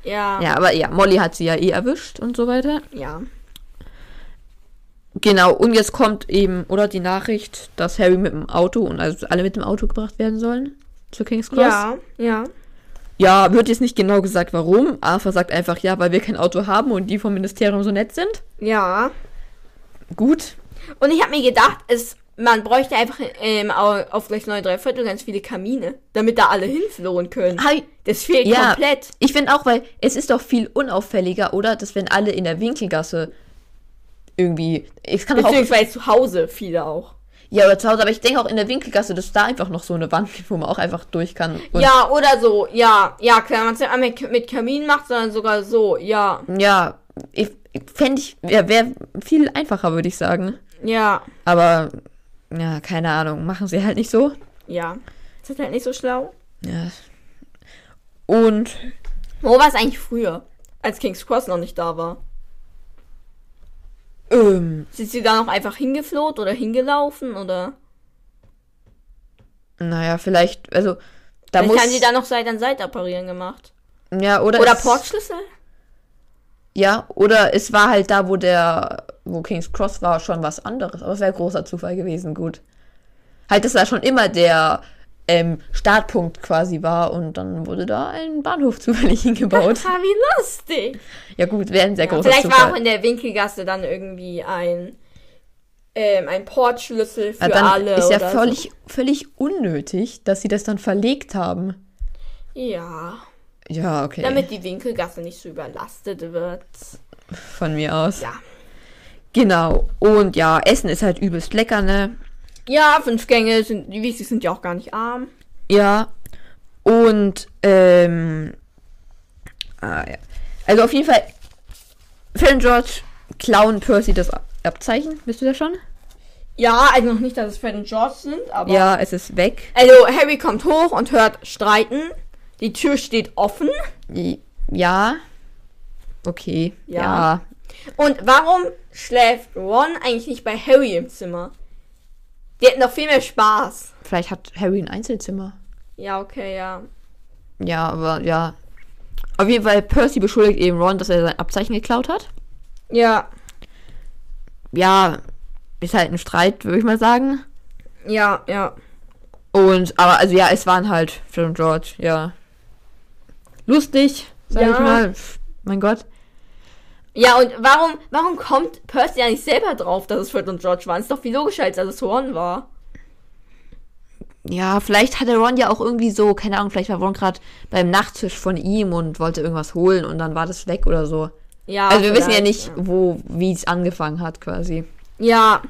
S1: ja, ja.
S2: Ja, aber ja, Molly hat sie ja eh erwischt und so weiter.
S1: ja.
S2: Genau, und jetzt kommt eben, oder die Nachricht, dass Harry mit dem Auto und also alle mit dem Auto gebracht werden sollen zur King's Cross.
S1: Ja, ja.
S2: ja, wird jetzt nicht genau gesagt, warum. Arthur sagt einfach, ja, weil wir kein Auto haben und die vom Ministerium so nett sind.
S1: Ja.
S2: Gut.
S1: Und ich habe mir gedacht, es Man bräuchte einfach ähm, au- auf gleich 9 3 Viertel ganz viele Kamine, damit da alle hinflohen können.
S2: Hi.
S1: Das fehlt
S2: Ja.
S1: komplett.
S2: Ich finde auch, weil es ist doch viel unauffälliger, oder? Dass wenn alle in der Winkelgasse irgendwie. Es kann doch auch.
S1: Beziehungsweise zu Hause viele auch.
S2: Ja, oder zu Hause, aber ich denke auch in der Winkelgasse, dass da einfach noch so eine Wand gibt, wo man auch einfach durch kann. Und
S1: ja, oder so. Ja, ja, klar. Man es nicht mit, mit Kamin macht, sondern sogar so. Ja,
S2: Ja, ich, ich fände ich, ja, wäre viel einfacher, würde ich sagen.
S1: ja,
S2: Aber, ja, keine Ahnung, machen sie halt nicht so.
S1: ja. Ist das halt nicht so schlau?
S2: Ja. Und,
S1: Wo war es eigentlich früher? Als King's Cross noch nicht da war.
S2: ähm,
S1: Sind sie da noch einfach hingefloht oder hingelaufen oder?
S2: naja, vielleicht, also, da
S1: Vielleicht
S2: muss.
S1: haben sie da noch Seite an Seite apparieren gemacht.
S2: ja, oder.
S1: Oder
S2: es-
S1: Portschlüssel?
S2: Ja, oder es war halt da, wo der, wo King's Cross war, schon was anderes. Aber es wäre großer Zufall gewesen, gut. Halt, dass da schon immer der ähm, Startpunkt quasi war und dann wurde da ein Bahnhof zufällig hingebaut.
S1: Ha, Ah, wie lustig.
S2: ja gut, wäre ein sehr
S1: Ja,
S2: großer
S1: vielleicht
S2: Zufall.
S1: war auch in der Winkelgasse dann irgendwie ein, ähm, ein Portschlüssel für
S2: Ja, dann
S1: alle.
S2: ist ja
S1: oder
S2: völlig, völlig unnötig, dass sie das dann verlegt haben.
S1: So. Ja.
S2: Ja, okay.
S1: Damit die Winkelgasse nicht so überlastet wird.
S2: Von mir aus.
S1: Ja.
S2: Genau. Und ja, Essen ist halt übelst lecker, ne?
S1: Ja, fünf Gänge sind, die wichtig sind ja auch gar nicht arm.
S2: Ja. Und, ähm. Ah, ja. Also auf jeden Fall, Phil und George klauen Percy das Ab- Abzeichen. Bist du da schon?
S1: Ja, also noch nicht, dass es Fred und George sind, aber.
S2: Ja, es ist weg.
S1: Also, Harry kommt hoch und hört streiten. Die Tür steht offen.
S2: I- Ja. Okay.
S1: Ja.
S2: ja.
S1: Und warum schläft Ron eigentlich nicht bei Harry im Zimmer? Die hätten doch viel mehr Spaß.
S2: Vielleicht hat Harry ein Einzelzimmer.
S1: Ja, okay, ja.
S2: Ja, aber ja. Auf jeden Fall, Percy beschuldigt eben Ron, dass er sein Abzeichen geklaut hat.
S1: Ja,
S2: Ja, ist halt ein Streit, würde ich mal sagen.
S1: ja, ja.
S2: Und, aber, also ja, es waren halt Phil und George, ja. Lustig, sag
S1: Ja.
S2: ich mal. Pff, Mein Gott.
S1: Ja, und warum, warum kommt Percy ja nicht selber drauf, dass es Fred und George waren? Ist doch viel logischer, als dass es Ron war.
S2: Ja, vielleicht hatte Ron ja auch irgendwie so, keine Ahnung, vielleicht war Ron gerade beim Nachttisch von ihm und wollte irgendwas holen und dann war das weg oder so.
S1: Ja,
S2: Also wir wissen ja
S1: vielleicht,
S2: nicht, wo, wie es angefangen hat quasi.
S1: Ja,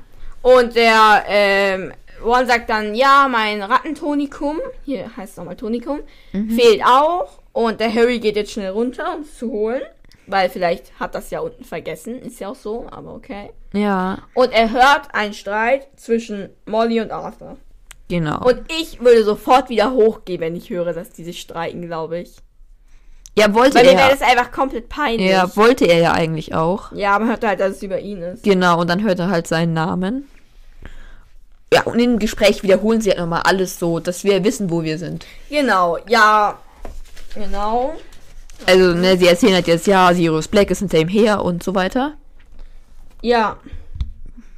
S1: und der ähm, Ron sagt dann, ja, mein Rattentonikum, hier heißt es nochmal Tonikum,
S2: Mhm.
S1: fehlt auch. Und der Harry geht jetzt schnell runter, um es zu holen. Weil vielleicht hat das ja unten vergessen. Ist ja auch so, aber okay.
S2: Ja,
S1: Und er hört einen Streit zwischen Molly und Arthur.
S2: genau.
S1: Und ich würde sofort wieder hochgehen, wenn ich höre, dass die sich streiken, glaube ich.
S2: ja, wollte
S1: Weil mir
S2: er.
S1: wäre das einfach komplett peinlich.
S2: Ja,
S1: Ja,
S2: wollte er ja eigentlich auch.
S1: man hört halt, dass es über ihn ist.
S2: Genau, und dann hört er halt seinen Namen. Ja, und im Gespräch wiederholen sie halt nochmal alles so, dass wir wissen, wo wir sind.
S1: Genau, ja. Genau.
S2: Also, ne, sie erzählen halt jetzt, ja, Sirius Black ist hinter ihm her und so weiter.
S1: Ja.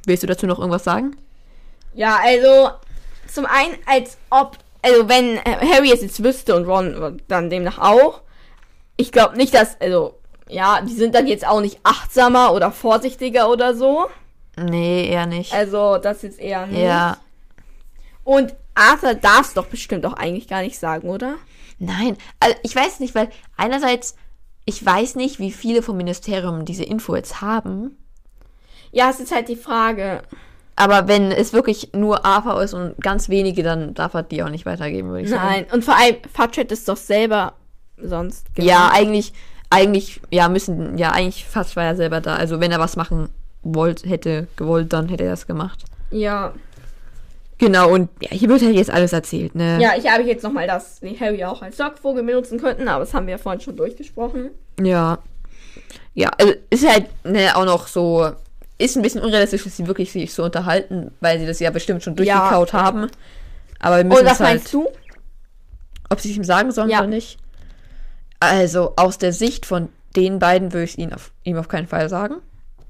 S2: Willst du dazu noch irgendwas sagen?
S1: Ja, also zum einen, als ob, also wenn äh, Harry es jetzt wüsste und Ron dann demnach auch, ich glaube nicht, dass, also ja, die sind dann jetzt auch nicht achtsamer oder vorsichtiger oder so.
S2: Nee, eher nicht.
S1: Also das jetzt eher nicht.
S2: ja.
S1: Und Arthur darf es doch bestimmt auch eigentlich gar nicht sagen, oder?
S2: Nein, also ich weiß nicht, weil einerseits, ich weiß nicht, wie viele vom Ministerium diese Info jetzt haben.
S1: Ja, es ist halt die Frage.
S2: Aber wenn es wirklich nur AFA ist und ganz wenige, dann darf er die auch nicht weitergeben, würde ich sagen.
S1: Nein. Und vor allem, Fatsch hätte es doch selber sonst
S2: Ja, eigentlich, eigentlich, ja, müssen, ja, eigentlich fast war er selber da. Also wenn er was machen wollte, hätte, gewollt, dann hätte er das gemacht.
S1: Ja.
S2: Genau, und ja, hier wird halt jetzt alles erzählt, ne?
S1: Ja, ich habe jetzt nochmal, dass die Harry auch als Sockvogel benutzen könnten, aber das haben wir ja vorhin schon durchgesprochen.
S2: Ja. Ja, also ist halt, ne, auch noch so, ist ein bisschen unrealistisch, dass sie wirklich sich so unterhalten, weil sie das ja bestimmt schon durchgekaut haben. Aber wir
S1: Und
S2: müssen
S1: was
S2: es
S1: Oh, meinst
S2: halt,
S1: du?
S2: ob sie es ihm sagen sollen
S1: Ja.
S2: oder nicht. Also aus der Sicht von den beiden würde ich es ihnen auf, ihm auf keinen Fall sagen.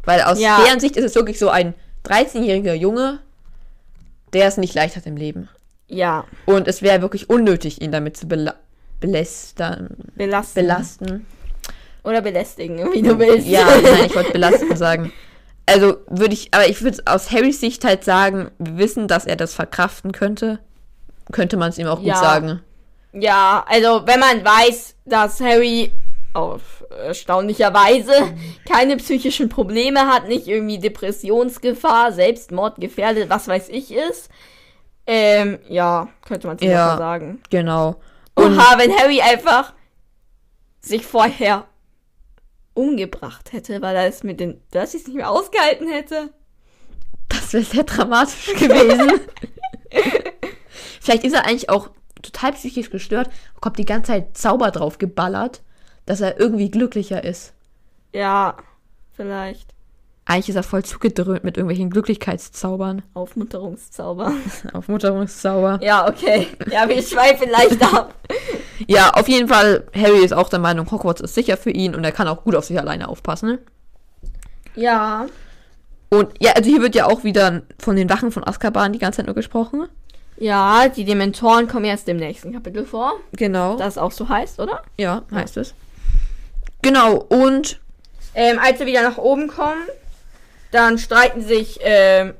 S2: Weil aus
S1: Ja.
S2: deren Sicht ist es wirklich so ein 13-jähriger Junge, der es nicht leicht hat im Leben.
S1: Ja,
S2: Und es wäre wirklich unnötig, ihn damit zu bela belästern,
S1: belasten.
S2: belasten.
S1: Oder belästigen, wie du willst.
S2: Ja, nein, ich wollte belasten sagen. Also würde ich, aber ich würde aus Harrys Sicht halt sagen, wir wissen, dass er das verkraften könnte. Könnte man es ihm auch
S1: Ja.
S2: gut sagen.
S1: Ja, also wenn man weiß, dass Harry auf erstaunlicherweise keine psychischen Probleme hat, nicht irgendwie Depressionsgefahr, Selbstmord gefährdet, was weiß ich ist. Ähm, ja, könnte man es
S2: Ja.
S1: mal sagen.
S2: Genau. Und
S1: Oha, wenn Harry einfach sich vorher umgebracht hätte, weil er es mit den Dursleys nicht mehr ausgehalten hätte.
S2: das wäre sehr dramatisch gewesen. Vielleicht ist er eigentlich auch total psychisch gestört, kommt die ganze Zeit Zauber drauf geballert, dass er irgendwie glücklicher ist.
S1: Ja, vielleicht.
S2: Eigentlich ist er voll zugedröhnt mit irgendwelchen Glücklichkeitszaubern.
S1: Aufmunterungszauber.
S2: Auf Mutterungszauber.
S1: Ja, okay. Ja, wir schweifen leicht ab.
S2: Ja, auf jeden Fall, Harry ist auch der Meinung, Hogwarts ist sicher für ihn und er kann auch gut auf sich alleine aufpassen.
S1: Ja.
S2: Und ja, also hier wird ja auch wieder von den Wachen von Azkaban die ganze Zeit nur gesprochen.
S1: Ja, die Dementoren kommen erst im nächsten Kapitel vor.
S2: Genau.
S1: Das auch so heißt, oder?
S2: ja, heißt es. Genau, und
S1: Ähm, als sie wieder nach oben kommen, dann streiten sich ähm,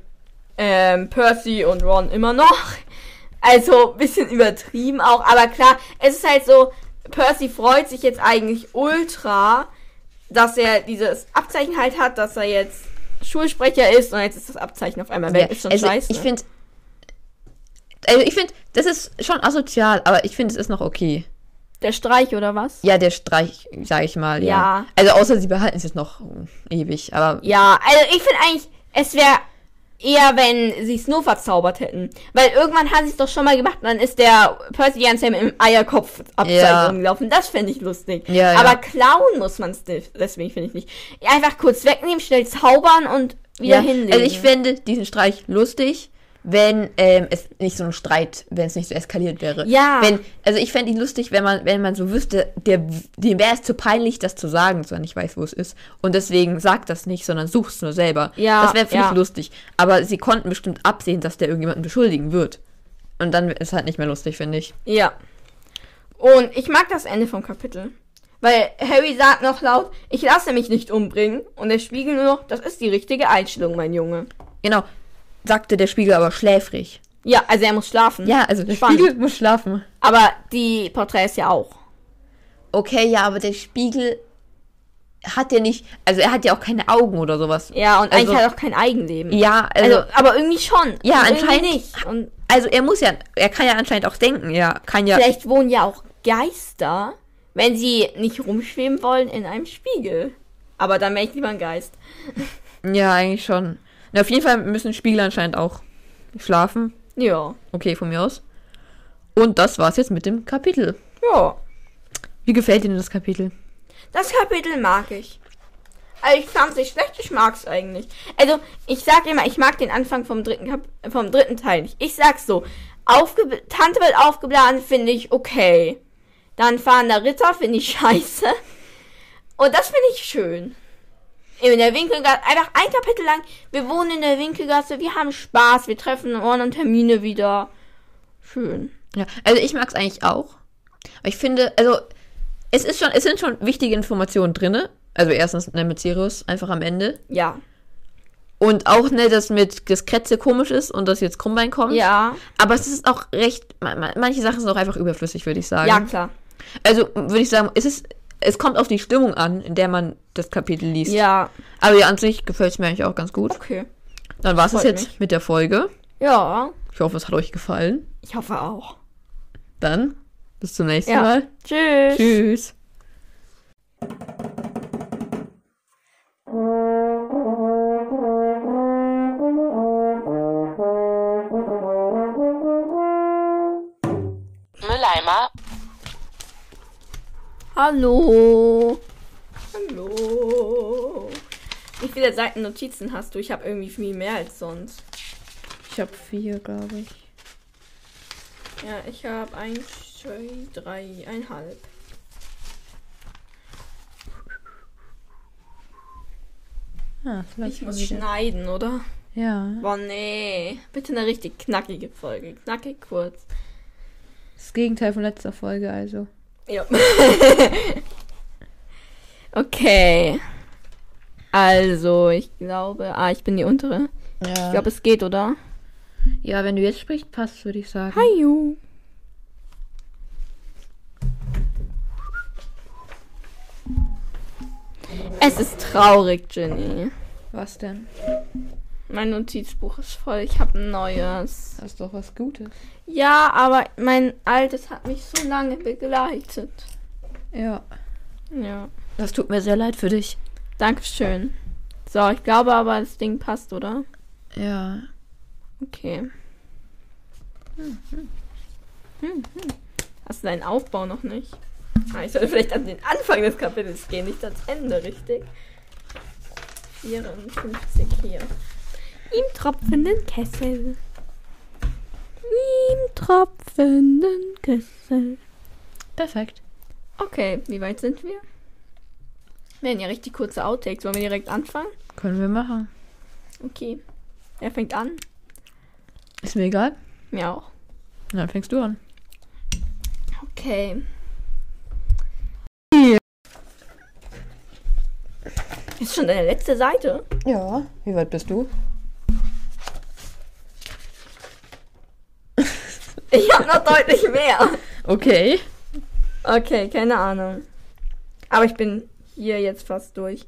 S1: ähm, Percy und Ron immer noch. Also ein bisschen übertrieben auch, aber klar, es ist halt so, Percy freut sich jetzt eigentlich ultra, dass er dieses Abzeichen halt hat, dass er jetzt Schulsprecher ist und jetzt ist das Abzeichen auf einmal weg.
S2: Ja,
S1: ist schon
S2: also
S1: scheiße.
S2: Ich finde. Also ich finde, das ist schon asozial, aber ich finde, es ist noch okay.
S1: Der Streich oder was?
S2: Ja, der Streich, sag ich mal, ja.
S1: Ja.
S2: Also außer sie behalten es jetzt noch hm, ewig, aber
S1: Ja, also ich finde eigentlich, es wäre eher, wenn sie es nur verzaubert hätten. Weil irgendwann hat sie es doch schon mal gemacht und dann ist der Percy die ganze Zeit mit dem Eierkopf abseits
S2: Ja.
S1: rumgelaufen. Das fände ich lustig.
S2: Ja, ja.
S1: Aber klauen muss man es deswegen finde ich nicht. Einfach kurz wegnehmen, schnell zaubern und wieder
S2: ja.
S1: hinlegen.
S2: Also ich fände diesen Streich lustig, wenn ähm, es nicht so ein Streit, wenn es nicht so eskaliert wäre.
S1: Ja.
S2: Wenn, also ich fände ihn lustig, wenn man, wenn man so wüsste, der, dem wäre es zu peinlich, das zu sagen, sondern ich weiß, wo es ist. Und deswegen sagt das nicht, sondern suchst nur selber.
S1: Ja,
S2: Das wäre für
S1: ja.
S2: mich lustig. Aber sie konnten bestimmt absehen, dass der irgendjemanden beschuldigen wird. Und dann ist halt nicht mehr lustig, finde ich.
S1: Ja. Und ich mag das Ende vom Kapitel. Weil Harry sagt noch laut, ich lasse mich nicht umbringen. Und der Spiegel nur noch, das ist die richtige Einstellung, mein Junge.
S2: Genau. Sagte der Spiegel aber schläfrig.
S1: Ja, also er muss schlafen.
S2: Ja, also der
S1: Spannend.
S2: Spiegel muss schlafen.
S1: Aber die Porträts ja auch.
S2: Okay, ja, aber der Spiegel hat ja nicht, also er hat ja auch keine Augen oder sowas.
S1: Ja, und
S2: Also-
S1: eigentlich hat er auch kein Eigenleben.
S2: Ja, also,
S1: Also,
S2: also,
S1: aber irgendwie schon.
S2: Ja,
S1: und irgendwie
S2: anscheinend-
S1: nicht. Und
S2: er muss ja, er kann ja anscheinend auch denken, ja, kann ja.
S1: vielleicht wohnen ja auch Geister, wenn sie nicht rumschweben wollen in einem Spiegel. Aber dann wäre ich lieber ein Geist.
S2: Ja, eigentlich schon. Na, auf jeden Fall müssen Spiegel anscheinend auch schlafen.
S1: Ja.
S2: Okay, von mir aus. Und das war's jetzt mit dem Kapitel.
S1: Ja.
S2: Wie gefällt Ihnen das Kapitel?
S1: Das Kapitel mag ich. Also ich fand's nicht schlecht, ich mag's eigentlich. Also ich sag immer, ich mag den Anfang vom dritten, Kap äh, vom dritten Teil nicht. Ich sag's so. Aufge Tante wird aufgeblasen, finde ich okay. Dann fahrender Ritter, finde ich scheiße. Und das finde ich schön. In der Winkelgasse, einfach ein Kapitel lang, wir wohnen in der Winkelgasse, wir haben Spaß, wir treffen Ohren und Termine wieder. Schön.
S2: Ja, also ich mag's eigentlich auch. Aber ich finde, also es ist schon, es sind schon wichtige Informationen drinne. Also erstens ne, mit Sirius einfach am Ende.
S1: Ja.
S2: Und auch ne, dass mit das Kretze komisch ist und dass jetzt Krummbein kommt.
S1: Ja.
S2: Aber es ist auch recht, ma- ma- manche Sachen sind auch einfach überflüssig, würde ich sagen.
S1: Ja, klar.
S2: Also würde ich sagen, es ist, es kommt auf die Stimmung an, in der man das Kapitel liest.
S1: Ja.
S2: Aber ja, an sich gefällt es mir eigentlich auch ganz gut.
S1: Okay.
S2: Dann war es
S1: freut
S2: jetzt mit der Folge.
S1: Ja.
S2: Ich hoffe, es hat euch gefallen.
S1: Ich hoffe auch.
S2: Dann bis zum nächsten
S1: Ja.
S2: Mal.
S1: Tschüss.
S2: Tschüss.
S3: Mülleimer.
S1: Hallo. Hallo. Wie viele Seiten Notizen hast du? Ich habe irgendwie viel mehr als sonst.
S2: Ich habe vier, glaube ich.
S1: Ja, ich habe ein, zwei, drei, einhalb.
S2: Ah,
S1: Ich muss schneiden, oder?
S2: Ja.
S1: Boah, nee. Bitte eine richtig knackige Folge. Knackig kurz.
S2: Das Gegenteil von letzter Folge, also.
S1: Ja. okay. Also, ich glaube. Ah, ich bin die untere. Ich
S2: Ja.
S1: glaube, es geht, oder?
S2: ja, wenn du jetzt sprichst, passt, würde ich sagen.
S1: Hi, you. Es ist traurig, Ginny.
S2: Was denn?
S1: Mein Notizbuch ist voll. Ich habe ein neues.
S2: Das ist doch was Gutes.
S1: Ja, aber mein altes hat mich so lange begleitet.
S2: Ja.
S1: Ja.
S2: Das tut mir sehr leid für dich.
S1: Dankeschön. So, ich glaube aber, das Ding passt, oder?
S2: Ja.
S1: Okay. Hm, hm. Hast du deinen Aufbau noch nicht? Ah, ich sollte vielleicht an den Anfang des Kapitels gehen, nicht ans Ende, richtig? 54 hier. Im tropfenden Kessel. Im tropfenden Kessel.
S2: Perfekt.
S1: Okay, wie weit sind wir? Wir haben ja richtig kurze Outtakes. Wollen wir direkt anfangen?
S2: Können wir machen.
S1: Okay. Er fängt an.
S2: Ist mir egal.
S1: Mir auch.
S2: Dann fängst du an.
S1: Okay. Ist schon deine letzte Seite?
S2: Ja. Wie weit bist du?
S1: Ich habe noch deutlich mehr.
S2: Okay.
S1: Okay, keine Ahnung. Aber ich bin hier jetzt fast durch.